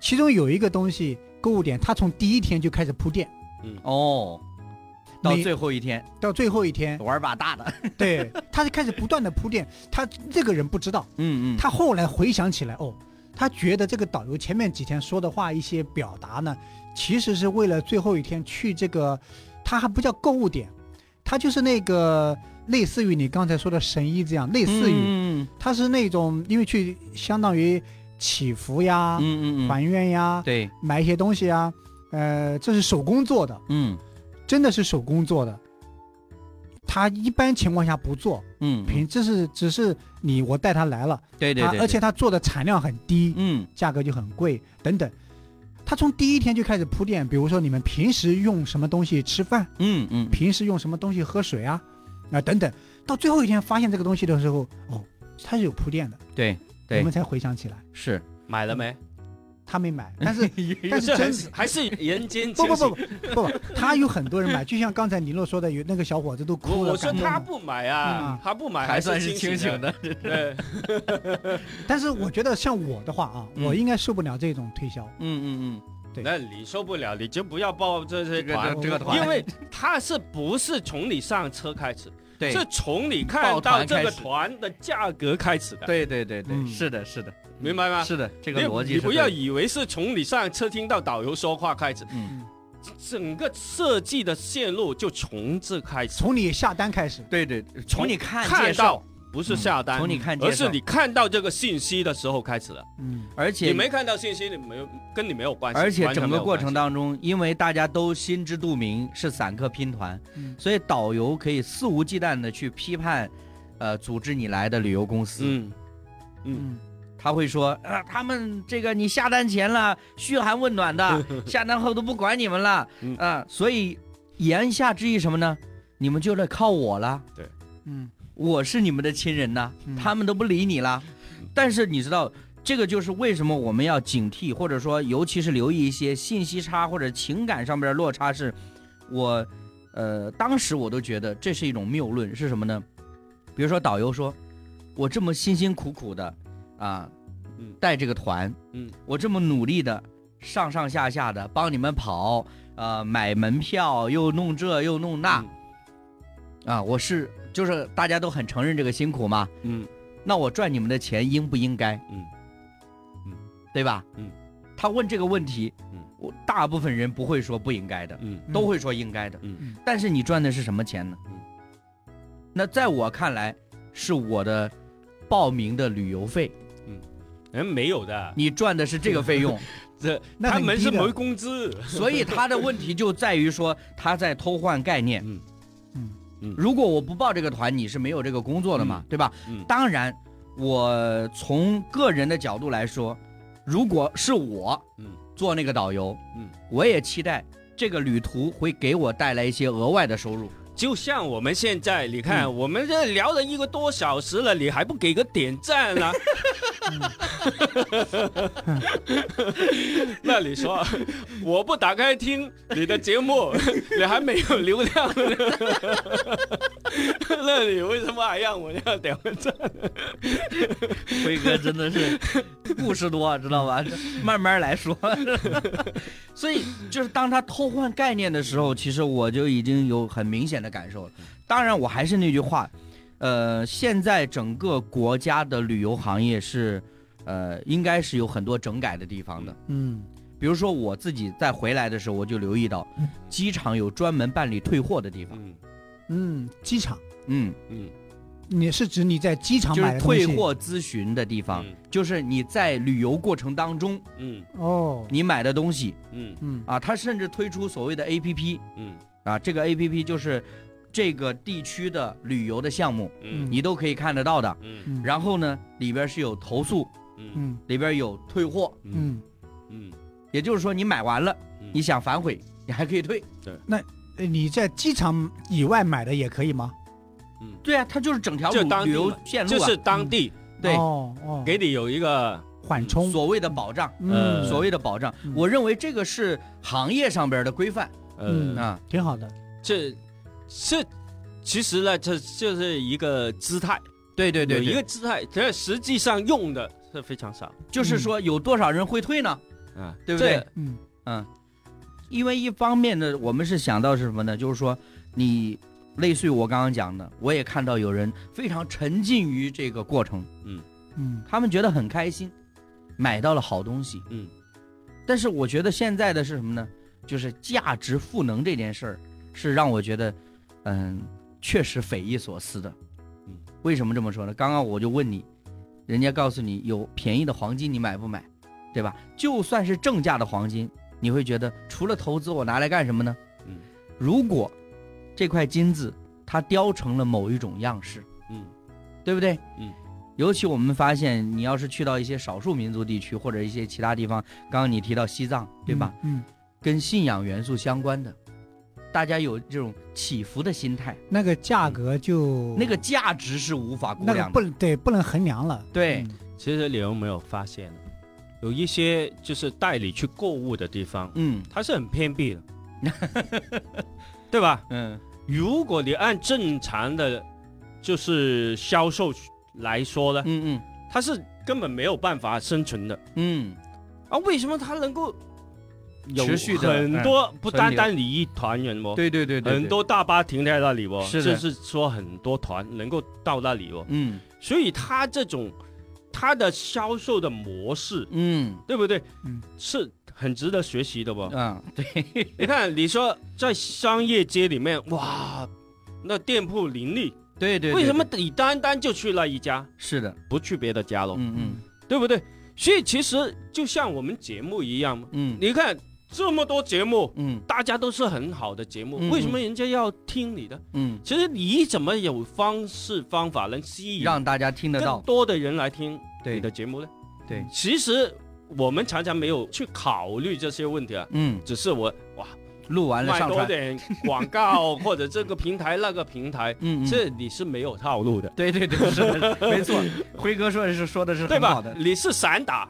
其中有一个东西购物点，他从第一天就开始铺垫，
哦，到
每
最后一天
到最后一天，
玩把大的，
对，他就开始不断的铺垫。他这个人不知道，
嗯嗯，
他后来回想起来，哦，他觉得这个导游前面几天说的话，一些表达呢，其实是为了最后一天去这个，他还不叫购物点，他就是那个类似于你刚才说的神医这样，类似于。
嗯
它是那种因为去相当于祈福呀
嗯、嗯嗯嗯，
还愿呀、
对，
买一些东西呀，呃，这是手工做的，
嗯
真的是手工做的。他一般情况下不做，
嗯，
凭这是只是你我带他来了，
对对
他
对，
而且他做的产量很低，
嗯
价格就很贵等等。他从第一天就开始铺垫，比如说你们平时用什么东西吃饭，
嗯嗯，
平时用什么东西喝水啊，啊、等等。到最后一天发现这个东西的时候，哦，它是有铺垫的，
对
我
对
们才回想起来。
是，
买了没？
他没买，但是但是
这还
真
是还是人间
不
清
不
醒
不不不，他有很多人买，就 像刚才尼洛说的，有那个小伙子都
我
哭了。
我说
感动
他
了
不买啊
嗯，
他不买
还
是
算是清醒
醒的。
的，
对，
但是我觉得像我的话啊，
嗯
我应该受不了这种推销。
嗯嗯
对
那你受不了，你就不要报这些
这个
团
这，个团
因为他是不是从你上车开始，
嗯，对，
是从你
报
看到
团
这
开
个
始
团的价格开始的，
对对对对，
嗯
是的是的，
明白吗？
是的，这
这
个逻辑
你
是
不要
对的
以为是从你上车听到导游说话开始，
嗯，
整个设计的线路就从这开始，
从你下单开始，
对对， 从你看介
看
绍嗯
到，不是下单，
从你看介
而
绍
是，你看到这个信息的时候开始了。
嗯，
而
你
且
没看到信息，你没有跟你没有关系，
而且
完全
整
没
个
有
过
关系
程当中，因为大家都心知肚明是散客拼团，
嗯
所以导游可以肆无忌惮的去批判，呃，组织你来的旅游公司，
嗯嗯，
嗯，
他会说，啊，他们这个你下单前了，嘘寒问暖的，下单后都不管你们了，
嗯
啊，所以言下之意什么呢？你们就得靠我了，
嗯，
我是你们的亲人呐、
嗯
他们都不理你了。但是你知道，这个就是为什么我们要警惕，或者说尤其是留意一些信息差或者情感上面的落差是。我，呃，当时我都觉得这是一种谬论，是什么呢？比如说导游说，我这么辛辛苦苦的啊，
嗯
带这个团，
嗯，
我这么努力的上上下下的帮你们跑，呃，买门票又弄这又弄那，啊，我是就是大家都很承认这个辛苦嘛，
嗯
那我赚你们的钱应不应该？
嗯
对吧？
嗯，
他问这个问题，
嗯
我大部分人不会说不应该的，
嗯
都会说应该的。
嗯
嗯
但是你赚的是什么钱呢？
嗯
那在我看来，是我的报名的旅游费，
人嗯没有的，
你赚的是这个费用，
这
那
他
很
们
低
是
的
没工资，
所以他的问题就在于说他在偷换概念。
嗯
嗯
嗯
如果我不报这个团，你是没有这个工作的嘛，对吧？
嗯
当然，我从个人的角度来说，如果是我，
嗯
做那个导游，
嗯，
我也期待这个旅途会给我带来一些额外的收入。
就像我们现在，你看、
嗯
我们这聊了一个多小时了，你还不给个点赞啊呢、
嗯
那你说，我不打开听你的节 目，你还没有流量呢， 那你为什么还让我要点个赞？
辉哥真的是故事多，知道吧？ 慢慢来说。 所以就是当他偷换概念的时候，其实我就已经有很明显的感受了。当然，我还是那句话，呃，现在整个国家的旅游行业是，呃，应该是有很多整改的地方的。
嗯，
比如说我自己在回来的时候，我就留意到
嗯，
机场有专门办理退货的地方。
嗯
嗯，机场，
嗯，
嗯
你是指你在机场
就
买
是
的
退
东西
货咨询的地方，就是你在旅游过程当中
嗯
哦，
你买的东西。
嗯
嗯
啊，它甚至推出所谓的 APP
嗯
啊，这个 APP 就是这个地区的旅游的项目，
嗯
你都可以看得到的。
嗯
嗯，
然后呢，里边是有投诉，
嗯
嗯
里边有退货，
嗯
嗯，
嗯，
也就是说你买完了，你想反悔，你还可以退。
那呃你在机场以外买的也可以吗？
对啊，它就是整条
就
旅
当地
旅游
嘛
线路
就
啊，
是当地
对
哦哦，
给你有一个
缓冲，
所谓的保障，
呃
嗯，
所谓的保障
嗯，
我认为这个是行业上边的规范
嗯
呃，
啊。
挺好的，
这这其实呢，这就是一个姿态，
对对对，
有
对
一个姿态，但实际上用的是非常少，
就是说有多少人会退呢？
啊，
对不对
这？
嗯
嗯，因为一方面呢，我们是想到是什么呢？就是说，你类似于我刚刚讲的，我也看到有人非常沉浸于这个过程，
嗯
他们觉得很开心，买到了好东西。
嗯，
但是我觉得现在的是什么呢？就是价值赋能这件事儿，是让我觉得，嗯，确实匪夷所思的。
嗯，
为什么这么说呢？刚刚我就问你，人家告诉你有便宜的黄金，你买不买？对吧？就算是正价的黄金，你会觉得除了投资，我拿来干什么呢？
嗯
如果这块金子它雕成了某一种样式，
嗯
对不对？
嗯。
尤其我们发现，你要是去到一些少数民族地区或者一些其他地方，刚刚你提到西藏，对吧？？
嗯，嗯
跟信仰元素相关的，大家有这种起伏的心态，
那个价格
哦
就
那个价值是无法估
那个
量的。
不能对不能衡量了，
对
嗯，
其实你有没有发现呢？有一些就是带你去购物的地方，
嗯
它是很偏僻的，对吧？
嗯
如果你按正常的，就是销售来说呢，
嗯
它是根本没有办法生存的
嗯嗯，
啊！为什么它能够有
持续的哎
很多，不
存
单
留
单你一团人哦，
对对对对，
很，多大巴停在那里哦，
是的
就是说很多团能够到那里哦，
嗯
所以它这种它的销售的模式，
嗯
对不对？
嗯，
是很值得学习的不？哦
啊，对，
你看，你说在商业街里面，哇，那店铺林立，
对对对，
为什么
对
你单单就去那一家，
是的？
不去别的家喽？
嗯
对不对？所以其实就像我们节目一样嘛，
嗯嗯
你看这么多节目，
嗯
大家都是很好的节目，
嗯
为什么人家要听你的？
嗯，
其实你怎么有方式方法能吸引
让大家听得
更
到，
多的人来听
对
你的节目呢？
对，
其实我们常常没有去考虑这些问题啊，
嗯，
只是我哇
录完了
卖
上
多
传，
点广告或者这个平台那个平台，
嗯，嗯
这你是没有 套路的，
对对对，是的，没错，辉哥说的是说的是
对
很好
吧
的？，
你是 散打，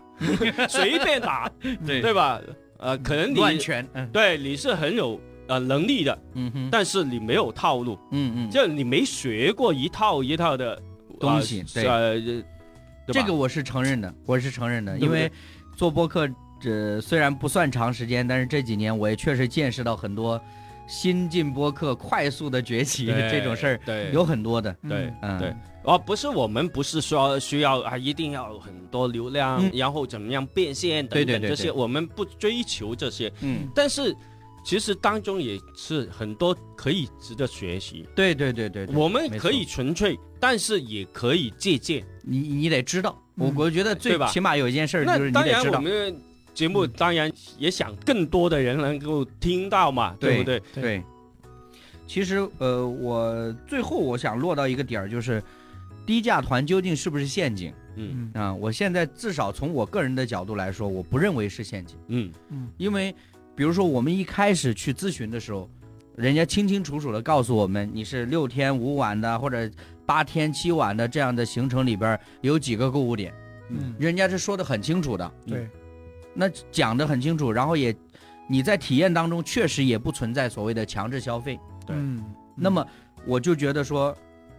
随便打，
对
对吧？呃，可能
乱
你
拳，嗯
对你是很有呃能力的，
嗯哼，
但是你没有套路，
嗯嗯，
就你没学过一套一套的呃
东西对
呃，对吧
这个我是承认的，我是承认的，
对
因
不对
为做播客这、虽然不算长时间，但是这几年我也确实见识到很多新进播客快速的崛起
对
这种事儿，
对
有很多的。
对
嗯
嗯，
对，哦，不是，我们不是说需要啊，一定要很多流量，
嗯
然后怎么样变现等
对
等
对对
这些，
对
我们不追求这些，
嗯，
但是其实当中也是很多可以值得学习。
对对对对对，
我们
没错
可以纯粹，但是也可以借鉴。
你你得知道，我
嗯
我觉得
对
最
吧
起码有一件事儿就是你
那当
得
然，
知
我
道，嗯
们节目当然也想更多的人能够听到嘛，
对
对不对？
对。其实，呃，我最后我想落到一个点儿，就是低价团究竟是不是陷阱
嗯
嗯
啊？我现在至少从我个人的角度来说，我不认为是陷阱。
嗯
嗯
因为比如说我们一开始去咨询的时候，人家清清楚楚的告诉我们，你是六天五晚的或者八天七晚的这样的行程里边儿有几个购物点，
嗯，
人家是说的很清楚的，
对，
那讲的很清楚，然后也你在体验当中确实也不存在所谓的强制消费，
对
嗯，
那么我就觉得说。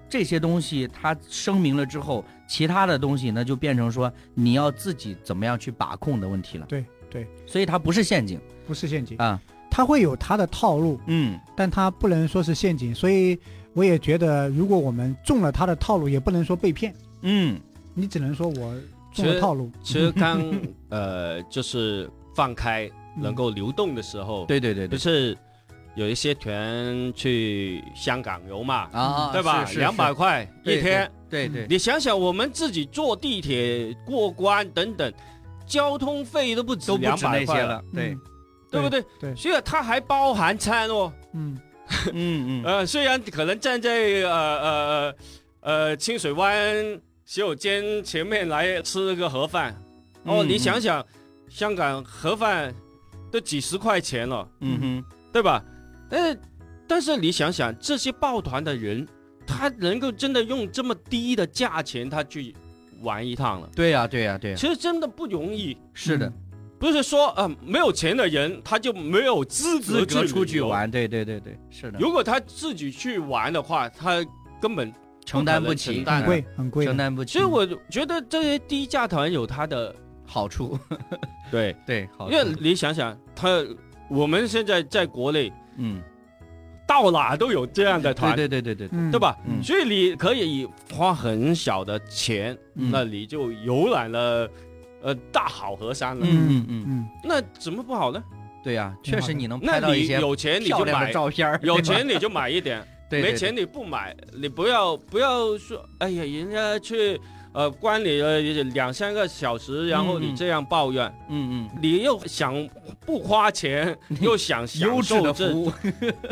这些东西它声明了之后，其他的东西呢就变成说你要自己怎么样去把控的问题了。
对对，
所以它不是陷阱
不是陷阱，
啊。
它会有它的套路，
嗯，
但它不能说是陷阱，所以我也觉得，如果我们中了它的套路，也不能说被骗，
嗯
你只能说我
其
中了
实
套路，嗯
其实刚 呃，就是放开
嗯
能够流动的时候，，
对对对
不
对
是有一些团去香港游嘛，
啊，
对吧？两百块
对
一天，
对对
你想想，我们自己坐地铁过关等等，交通费都不止
都不
嗯两
止
百
那
块嗯
些
了，
了，
嗯
对，
对不对？
对
所以它还包含餐哦。
嗯，
嗯嗯
呃，虽然可能站在呃呃呃清水湾洗手间前面来吃个盒饭，哦，
嗯
你
嗯
想想，香港盒饭都几十块钱了，
嗯哼，
对吧？但是但是你想想，这些抱团的人，他能够真的用这么低的价钱，他去玩一趟了，
对呀、对呀、对呀、
其实真的不容易。
是的，
不是说啊、呃没有钱的人他就没有资
资
格
格
去
出去
旅游。
玩，对对对对，是的，
如果他自己去玩的话，他根本
承担不
承
起，
担
很
嗯
贵很贵的
承。担不起，
所以我觉得这些低价团有它的
好处，
对，
对，好
因
处，
为你想想，他我们现在在国内
嗯，
到哪都有这样的团，
对对对对对，
嗯
对？吧？
嗯
所以你可以花很小的钱，
嗯
那你就游览了呃大好河山了，
嗯嗯嗯，
嗯，
那怎么不好呢？
对呀，
挺
确
好
实
的
你能
那
拍到一
你
些
有钱你
漂
就
亮的
买，
照片儿，
有
对吧
钱你就买一点，
对
没钱，你不买，你不要不要说，哎呀，人家去呃关你了两三个小时，然后
嗯
你
嗯
这样抱怨，
对对嗯嗯，
你又想不花钱，又想
优
享
质
受
的服
这，
务，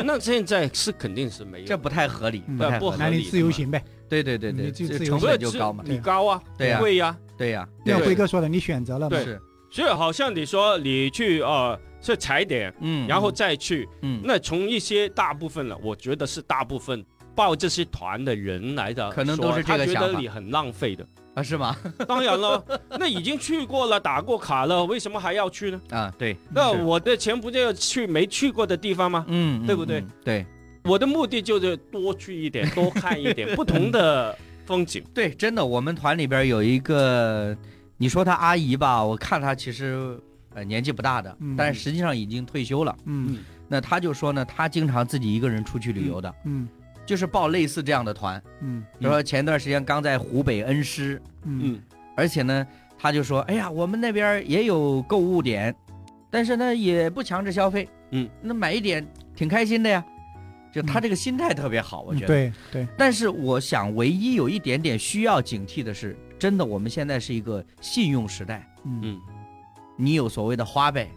那现在是肯定是没有，
这不太合理，
嗯
不太
不
合
合
那
理
理
你自由行呗，
对对对对，
你就
这
自
成
由行
本
不
就是高嘛，
你高啊，
对呀
贵呀，
对呀，
就像
对
辉哥说的，你选择了嘛
对，
是，
所以好像你说你去呃去踩点，
嗯，
然后再去，
嗯，
那从一些大部分了，我觉得是大部分报这些团的人来的说，
可能都是这个
他觉
想
得
法
你很浪费的。
啊是吗？
当 然了，那已经去过了，打过卡了，为什么还要去呢？
啊 对，
那
是
我的钱不就要去没去过的地方吗？
嗯，
对不对
嗯？嗯对
我的目的就是多去 一点，多看一点不同的风景。
对，真的，我们团里边有一个，你说她阿姨吧，我看她其实呃年纪不大的，
嗯
但实际上已经退休了。
嗯
那她就说呢，她经常自己一个人出去旅游的，
嗯
就是报类似这样的团。
嗯
比如说前段时间刚在湖北恩施，
嗯
嗯，
而且呢，她就说，哎呀，我们那边也有购物点，但是呢也不强制消费，
嗯，
那买一点挺开心的呀。就她
嗯
这个心态特别好，我觉
嗯
得。
对对，
但是我想，唯一有一点点需要警惕的是，真的，我们现在是一个信用时代，
嗯
嗯
你有所谓的花呗，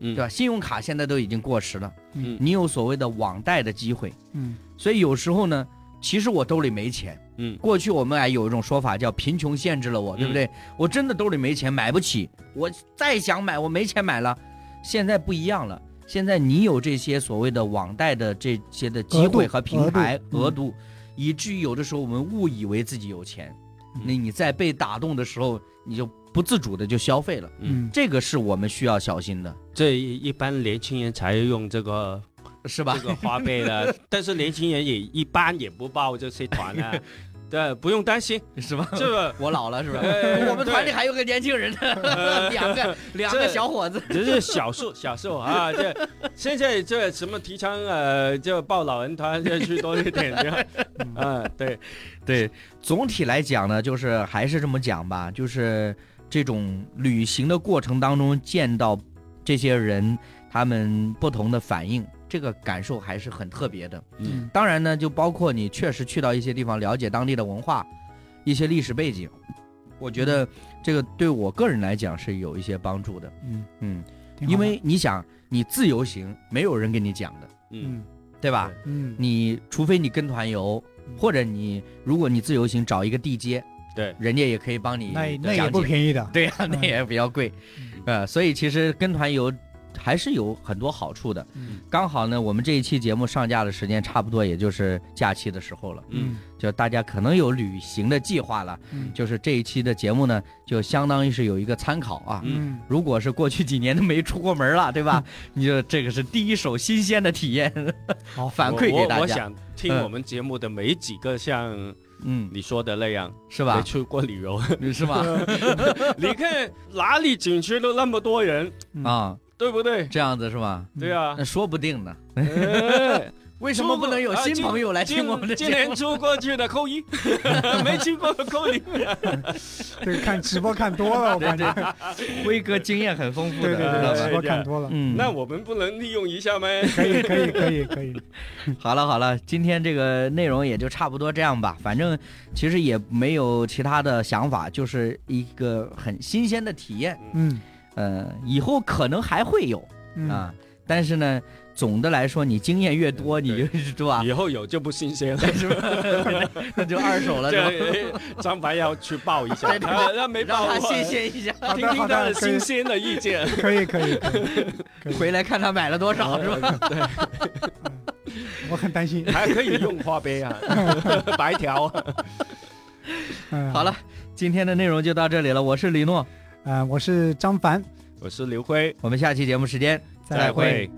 嗯，
对吧？信用卡现在都已经过时了，
嗯
你有所谓的网贷的机会，
嗯
所以有时候呢，其实我兜里没钱。
嗯
过去我们还有一种说法叫“贫穷限制了我”，
嗯
对不对？我真的兜里没钱，买不起，我再想买，我没钱买了。现在不一样了，现在你有这些所谓的网贷的这些的机
额度
会和平台
额度嗯
额度，以至于有的时候我们误以为自己有钱
嗯，
那你在被打动的时候，你就不自主的就消费了，
嗯，
嗯，
这个是我们需要小心的，
这一一般年轻人才用这个
是吧
这？个花 呗的，但是年轻人也一般也不报这些团 啊，对，不用担心，
是吧？
这个
我老了是吧？
哎
我们团里
对
还有个年轻人 呢，两个两个小伙子，
只是 小数小数啊，这现在这什么提倡呃，就报老人团就去多一 点，这样
嗯
嗯，对，
对，总体来讲呢，就是还是这么讲吧，就是这种旅行的过程当中见到这些人他们不同的反应，这个感受还是很特别的。
嗯
当然呢，就包括你确实去到一些地方了解当地的文化、一些历史背景，我觉得这个对我个人来讲是有一些帮助的。
嗯，
嗯，
挺好的
因为你想，你自由行没有人跟你讲的，
嗯
嗯
对吧？
对
嗯
你除非你跟团游，或者你如果你自由行找一个地接，
嗯对，
人家也可以帮你
那那也
讲
不
解。
便宜 的，
对呀、啊
嗯
那也比较贵，呃，所以其实跟团游还是有很多好处的。
嗯
刚好呢，我们这一期节目上架的时间差不多，也就是假期的时候了，
嗯
就大家可能有旅行的计划了。
嗯
就是这一期的节目呢，就相当于是有一个参考啊。
嗯
如果是过去几年都没出过门了，对 吧？你就这个是第一手新鲜的体验，
好
反馈
我
给大
我
家。
想听我们节目的没几个像
嗯，
你说的那样
是
没
吧？
去过旅游，
是吧？
你看哪里景区都那么多人，
嗯
啊，
对不对？
这样子是吧？
对啊
那，说不定呢。
哎
为什么不能有新朋友来听我们的
今今
节
年
目？
出过去的扣一， 没去过的扣零。
嗯
这个看直播看多了，我感觉，
辉哥经验很丰富
对对
的，知道
对，直
吧？
播看多了，
嗯，
那我们不能利用一下吗？
可以可以可以可以，
好了好了，今天这个内容也就差不多这样吧。反正其实也没有其他的想法，就是一个很新鲜的体验。
嗯
呃，以后可能还会有
嗯，
啊，但是呢，总的来说，你经验越多，
嗯
你
对
就是吧？
以后有就不新鲜了。
是 吧？那就二手了，是吧？
这哎张凡要去报一下，
对对
他他没
让
报
他
过，
新鲜一下，
好
听
的
听
好
他
的，
的
可以
新鲜的意见。
可以可以可以，
回来看他买了多少，是吧？
吧？我很担心。
还可以用花呗啊， 白条啊。
嗯，
好
了，
了，今天的内容就到这里了，我是李诺，
嗯啊呃，我是张凡，
我是刘辉，
我们下期节目时间
再会。